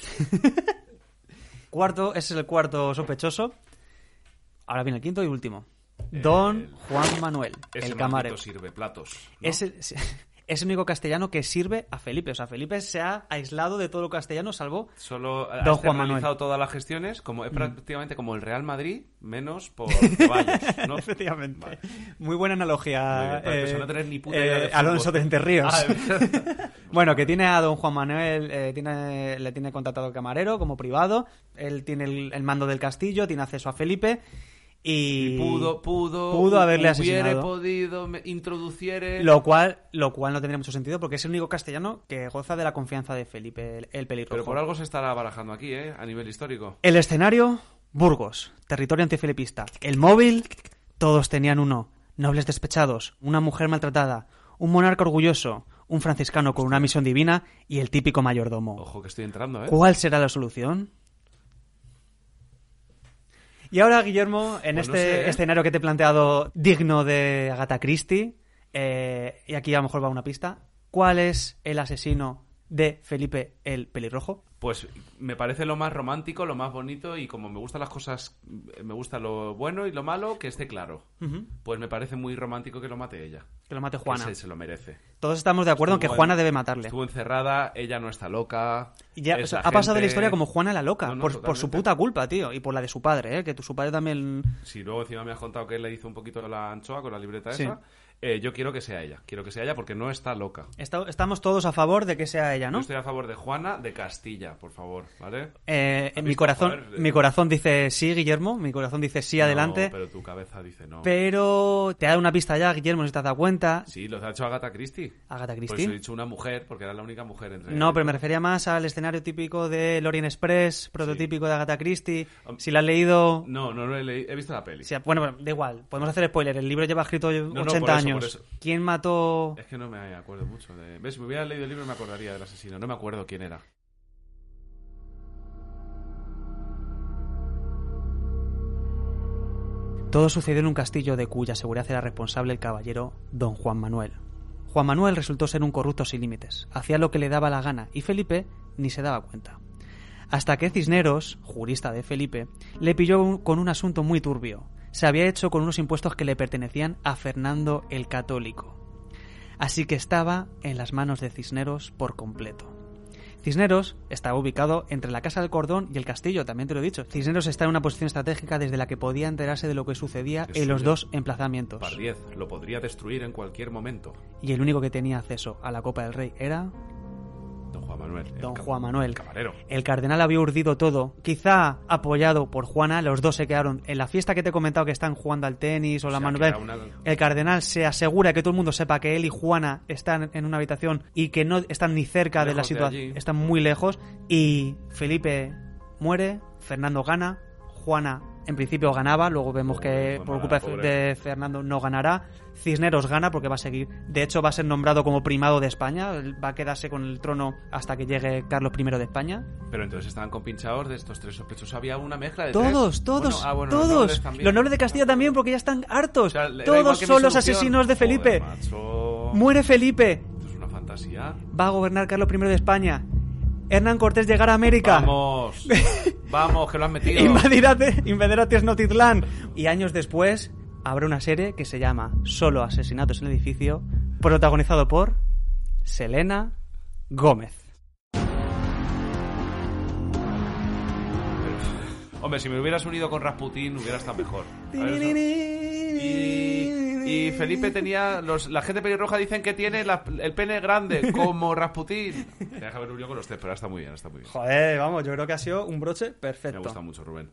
[SPEAKER 2] Cuarto, ese es el cuarto sospechoso. Ahora viene el quinto y último. Don Juan Manuel,
[SPEAKER 1] Eh, Ese
[SPEAKER 2] el camarero.
[SPEAKER 1] maldito sirve platos. ¿no?
[SPEAKER 2] Es, el- es el único castellano que sirve a Felipe. O sea, Felipe se ha aislado de todo lo castellano, salvo.
[SPEAKER 1] Solo ha
[SPEAKER 2] Don
[SPEAKER 1] has
[SPEAKER 2] Juan Manuel. Mm.
[SPEAKER 1] realizado todas las gestiones, como es prácticamente como el Real Madrid, menos por Ceballos, ¿no?
[SPEAKER 2] Efectivamente.
[SPEAKER 1] Vale.
[SPEAKER 2] Muy buena
[SPEAKER 1] Muy
[SPEAKER 2] analogía.
[SPEAKER 1] bien, para eso
[SPEAKER 2] eh,
[SPEAKER 1] no tener ni puta
[SPEAKER 2] eh,
[SPEAKER 1] idea de fútbol.
[SPEAKER 2] Alonso de Entre Ríos.
[SPEAKER 1] Ah, es verdad.
[SPEAKER 2] Bueno, que tiene a don Juan Manuel, eh, tiene, le tiene contratado el camarero como privado, él tiene el, el mando del castillo, tiene acceso a Felipe y,
[SPEAKER 1] Y pudo, pudo,
[SPEAKER 2] pudo haberle
[SPEAKER 1] hubiere
[SPEAKER 2] asesinado.
[SPEAKER 1] podido, me- introduciere...
[SPEAKER 2] Lo cual, lo cual no tendría mucho sentido porque es el único castellano que goza de la confianza de Felipe, el, el pelirrojo.
[SPEAKER 1] Pero por algo se estará barajando aquí, ¿eh? A nivel histórico.
[SPEAKER 2] El escenario, Burgos, territorio antifelipista. El móvil, todos tenían uno. Nobles despechados, una mujer maltratada, un monarca orgulloso, un franciscano con una misión divina y el típico mayordomo.
[SPEAKER 1] Ojo que estoy entrando, ¿eh?
[SPEAKER 2] ¿Cuál será la solución? Y ahora, Guillermo, en
[SPEAKER 1] Pues
[SPEAKER 2] este
[SPEAKER 1] no sé, ¿eh?
[SPEAKER 2] escenario que te he planteado digno de Agatha Christie, eh, y aquí a lo mejor va una pista, ¿cuál es el asesino de Felipe el Pelirrojo?
[SPEAKER 1] Pues me parece lo más romántico, lo más bonito y como me gustan las cosas, me gusta lo bueno y lo malo, que esté claro. Pues me parece muy romántico que lo mate ella.
[SPEAKER 2] Que lo mate Juana.
[SPEAKER 1] Ese se lo merece.
[SPEAKER 2] Todos estamos de acuerdo en que
[SPEAKER 1] Estuvo en-
[SPEAKER 2] Juana debe matarle.
[SPEAKER 1] Estuvo encerrada, ella no está loca.
[SPEAKER 2] Y ya,
[SPEAKER 1] es
[SPEAKER 2] o sea,
[SPEAKER 1] la
[SPEAKER 2] ha pasado de la
[SPEAKER 1] gente-
[SPEAKER 2] historia como Juana la loca,
[SPEAKER 1] No, no,
[SPEAKER 2] por, por su
[SPEAKER 1] totalmente.
[SPEAKER 2] puta culpa, tío, y por la de su padre, ¿eh? que tu- su padre también...
[SPEAKER 1] Si luego encima me has contado que él le hizo un poquito la anchoa con la libreta
[SPEAKER 2] Sí.
[SPEAKER 1] esa, eh, yo quiero que sea ella. Quiero que sea ella porque no está loca.
[SPEAKER 2] Esta- estamos todos a favor de que sea ella,
[SPEAKER 1] Yo
[SPEAKER 2] ¿no?
[SPEAKER 1] estoy a favor de Juana de Castilla, por favor, ¿vale?
[SPEAKER 2] Eh, en mi
[SPEAKER 1] visto,
[SPEAKER 2] corazón
[SPEAKER 1] joder, eh.
[SPEAKER 2] mi corazón dice sí, Guillermo, mi corazón dice sí, adelante,
[SPEAKER 1] No,
[SPEAKER 2] pero...
[SPEAKER 1] pero tu cabeza dice no.
[SPEAKER 2] te ha dado una pista ya, Guillermo, si te has dado cuenta.
[SPEAKER 1] Sí, Pues los ha hecho Agatha Christie.
[SPEAKER 2] Agatha
[SPEAKER 1] Por
[SPEAKER 2] Ah, Christie.
[SPEAKER 1] eso he dicho una mujer, porque era la única mujer entre
[SPEAKER 2] No, pero me refería más al escenario típico de Lorien Express, prototípico de Agatha Christie.
[SPEAKER 1] Am-
[SPEAKER 2] Si la has leído...
[SPEAKER 1] No, no lo he leído. He visto la peli.
[SPEAKER 2] si- bueno, bueno, da igual, podemos hacer spoiler. El libro lleva escrito 80
[SPEAKER 1] no, por eso,
[SPEAKER 2] años.
[SPEAKER 1] por eso. Eh.
[SPEAKER 2] ¿Quién mató...?
[SPEAKER 1] Es que no me acuerdo mucho de... ¿Ves? Si me hubiera leído el libro me acordaría del asesino. No me acuerdo quién era.
[SPEAKER 2] Todo sucedió en un castillo de cuya seguridad era responsable el caballero don Juan Manuel. Juan Manuel resultó ser un corrupto sin límites, hacía lo que le daba la gana y Felipe ni se daba cuenta. Hasta que Cisneros, jurista de Felipe, le pilló un- con un asunto muy turbio. se había hecho con unos impuestos que le pertenecían a Fernando el Católico. Así que estaba en las manos de Cisneros por completo. Cisneros estaba ubicado entre la Casa del Cordón y el Castillo, también te lo he dicho. Cisneros está en una posición estratégica desde la que podía enterarse de lo que sucedía
[SPEAKER 1] Eso
[SPEAKER 2] en los
[SPEAKER 1] es.
[SPEAKER 2] dos emplazamientos.
[SPEAKER 1] Pardiez lo podría destruir en cualquier momento.
[SPEAKER 2] Y el único que tenía acceso a la Copa del Rey era
[SPEAKER 1] Don Juan Manuel. el
[SPEAKER 2] don
[SPEAKER 1] cab-
[SPEAKER 2] Juan Manuel.
[SPEAKER 1] Camarero.
[SPEAKER 2] El cardenal había urdido todo. Quizá apoyado por Juana, los dos se quedaron. En la fiesta que te he comentado que están jugando al tenis o la
[SPEAKER 1] sea,
[SPEAKER 2] mano.
[SPEAKER 1] que era una-
[SPEAKER 2] El cardenal se asegura que todo el mundo sepa que él y Juana están en una habitación y que no están ni cerca de la
[SPEAKER 1] Lejos de
[SPEAKER 2] situación.
[SPEAKER 1] allí.
[SPEAKER 2] están muy lejos. Y Felipe muere, Fernando gana, Juana. En principio ganaba, luego vemos
[SPEAKER 1] Pobre,
[SPEAKER 2] que
[SPEAKER 1] fue
[SPEAKER 2] por
[SPEAKER 1] mala,
[SPEAKER 2] culpa
[SPEAKER 1] pues pobre.
[SPEAKER 2] de Fernando no ganará. Cisneros gana porque va a seguir. De hecho, va a ser nombrado como primado de España. Va a quedarse con el trono hasta que llegue Carlos I de España.
[SPEAKER 1] Pero entonces estaban compinchados de estos tres sospechosos. Había una mezcla de
[SPEAKER 2] Todos,
[SPEAKER 1] tres.
[SPEAKER 2] todos,
[SPEAKER 1] Bueno, ah, bueno,
[SPEAKER 2] todos.
[SPEAKER 1] Los nobles, también.
[SPEAKER 2] de Castilla también, porque ya están hartos.
[SPEAKER 1] O sea, le- da igual
[SPEAKER 2] todos
[SPEAKER 1] que mi
[SPEAKER 2] son los
[SPEAKER 1] solución.
[SPEAKER 2] asesinos de Felipe.
[SPEAKER 1] Joder, macho.
[SPEAKER 2] Muere Felipe.
[SPEAKER 1] Esto es una fantasía.
[SPEAKER 2] Va a gobernar Carlos I de España. Hernán Cortés llegará a América.
[SPEAKER 1] Vamos. Vamos, que lo han metido.
[SPEAKER 2] Invadirá, Te- invadirá Tenochtitlán. Y años después habrá una serie que se llama Solo asesinatos en el edificio, protagonizado por Selena Gómez.
[SPEAKER 1] Hombre, si me hubieras unido con Rasputín, hubiera estado mejor. A ver, eso- Y, y Felipe tenía. Los, la gente pelirroja dicen que tiene la- el pene grande, como Rasputín. Deja haber unido con los tres, pero ahora está muy bien, está muy bien.
[SPEAKER 2] Joder, vamos, yo creo que ha sido un broche
[SPEAKER 1] Me
[SPEAKER 2] perfecto.
[SPEAKER 1] gusta mucho, Rubén.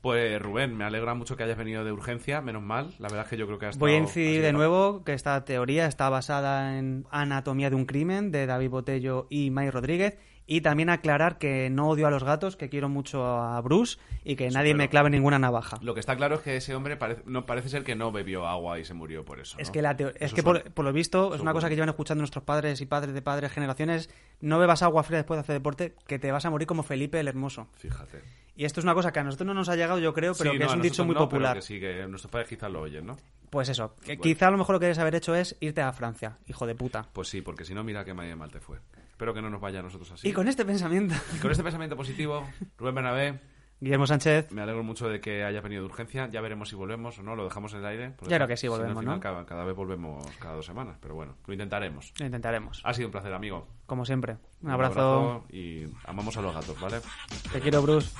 [SPEAKER 1] Pues Rubén, me alegra mucho que hayas venido de urgencia, menos mal. La verdad es que yo creo que has
[SPEAKER 2] Voy a incidir de nuevo que esta teoría está basada en Anatomía de un crimen de David Botello y May Rodríguez y también aclarar que no odio a los gatos, que quiero mucho a Bruce y que nadie me clave ninguna navaja.
[SPEAKER 1] Lo que está claro es que ese hombre parece, no, parece ser que no bebió agua y se murió por eso.
[SPEAKER 2] Es
[SPEAKER 1] ¿no?
[SPEAKER 2] que, la teo- es
[SPEAKER 1] Eso
[SPEAKER 2] que
[SPEAKER 1] suena.
[SPEAKER 2] por, por lo visto es una cosa que llevan escuchando nuestros padres y padres de padres generaciones. No bebas agua fría después de hacer deporte, que te vas a morir como Felipe el Hermoso.
[SPEAKER 1] Fíjate.
[SPEAKER 2] Y esto es una cosa que a nosotros no nos ha llegado, yo creo, pero
[SPEAKER 1] Sí,
[SPEAKER 2] que
[SPEAKER 1] no,
[SPEAKER 2] es
[SPEAKER 1] a
[SPEAKER 2] un dicho
[SPEAKER 1] nosotros
[SPEAKER 2] muy
[SPEAKER 1] no, pero
[SPEAKER 2] popular.
[SPEAKER 1] que sí, que nuestros padres quizás lo oyen, ¿no?
[SPEAKER 2] Pues eso, que
[SPEAKER 1] Bueno.
[SPEAKER 2] quizá lo mejor lo que debes haber hecho es irte a Francia, hijo de puta.
[SPEAKER 1] Pues sí, porque si no, mira qué manera mal te fue. Espero que no nos vaya a nosotros así.
[SPEAKER 2] Y con este pensamiento,
[SPEAKER 1] Y con este pensamiento positivo, Rubén Bernabé,
[SPEAKER 2] Guillermo Sánchez,
[SPEAKER 1] me alegro mucho de que haya venido de urgencia. Ya veremos si volvemos o no, lo dejamos en el aire. porque
[SPEAKER 2] Ya creo que sí
[SPEAKER 1] si al
[SPEAKER 2] volvemos,
[SPEAKER 1] final
[SPEAKER 2] ¿no?
[SPEAKER 1] Cada, cada vez volvemos cada dos semanas, pero bueno, lo intentaremos.
[SPEAKER 2] lo intentaremos.
[SPEAKER 1] Ha sido un placer, amigo.
[SPEAKER 2] Como siempre, un abrazo.
[SPEAKER 1] y amamos a los gatos, ¿vale?
[SPEAKER 2] Te quiero, Bruce.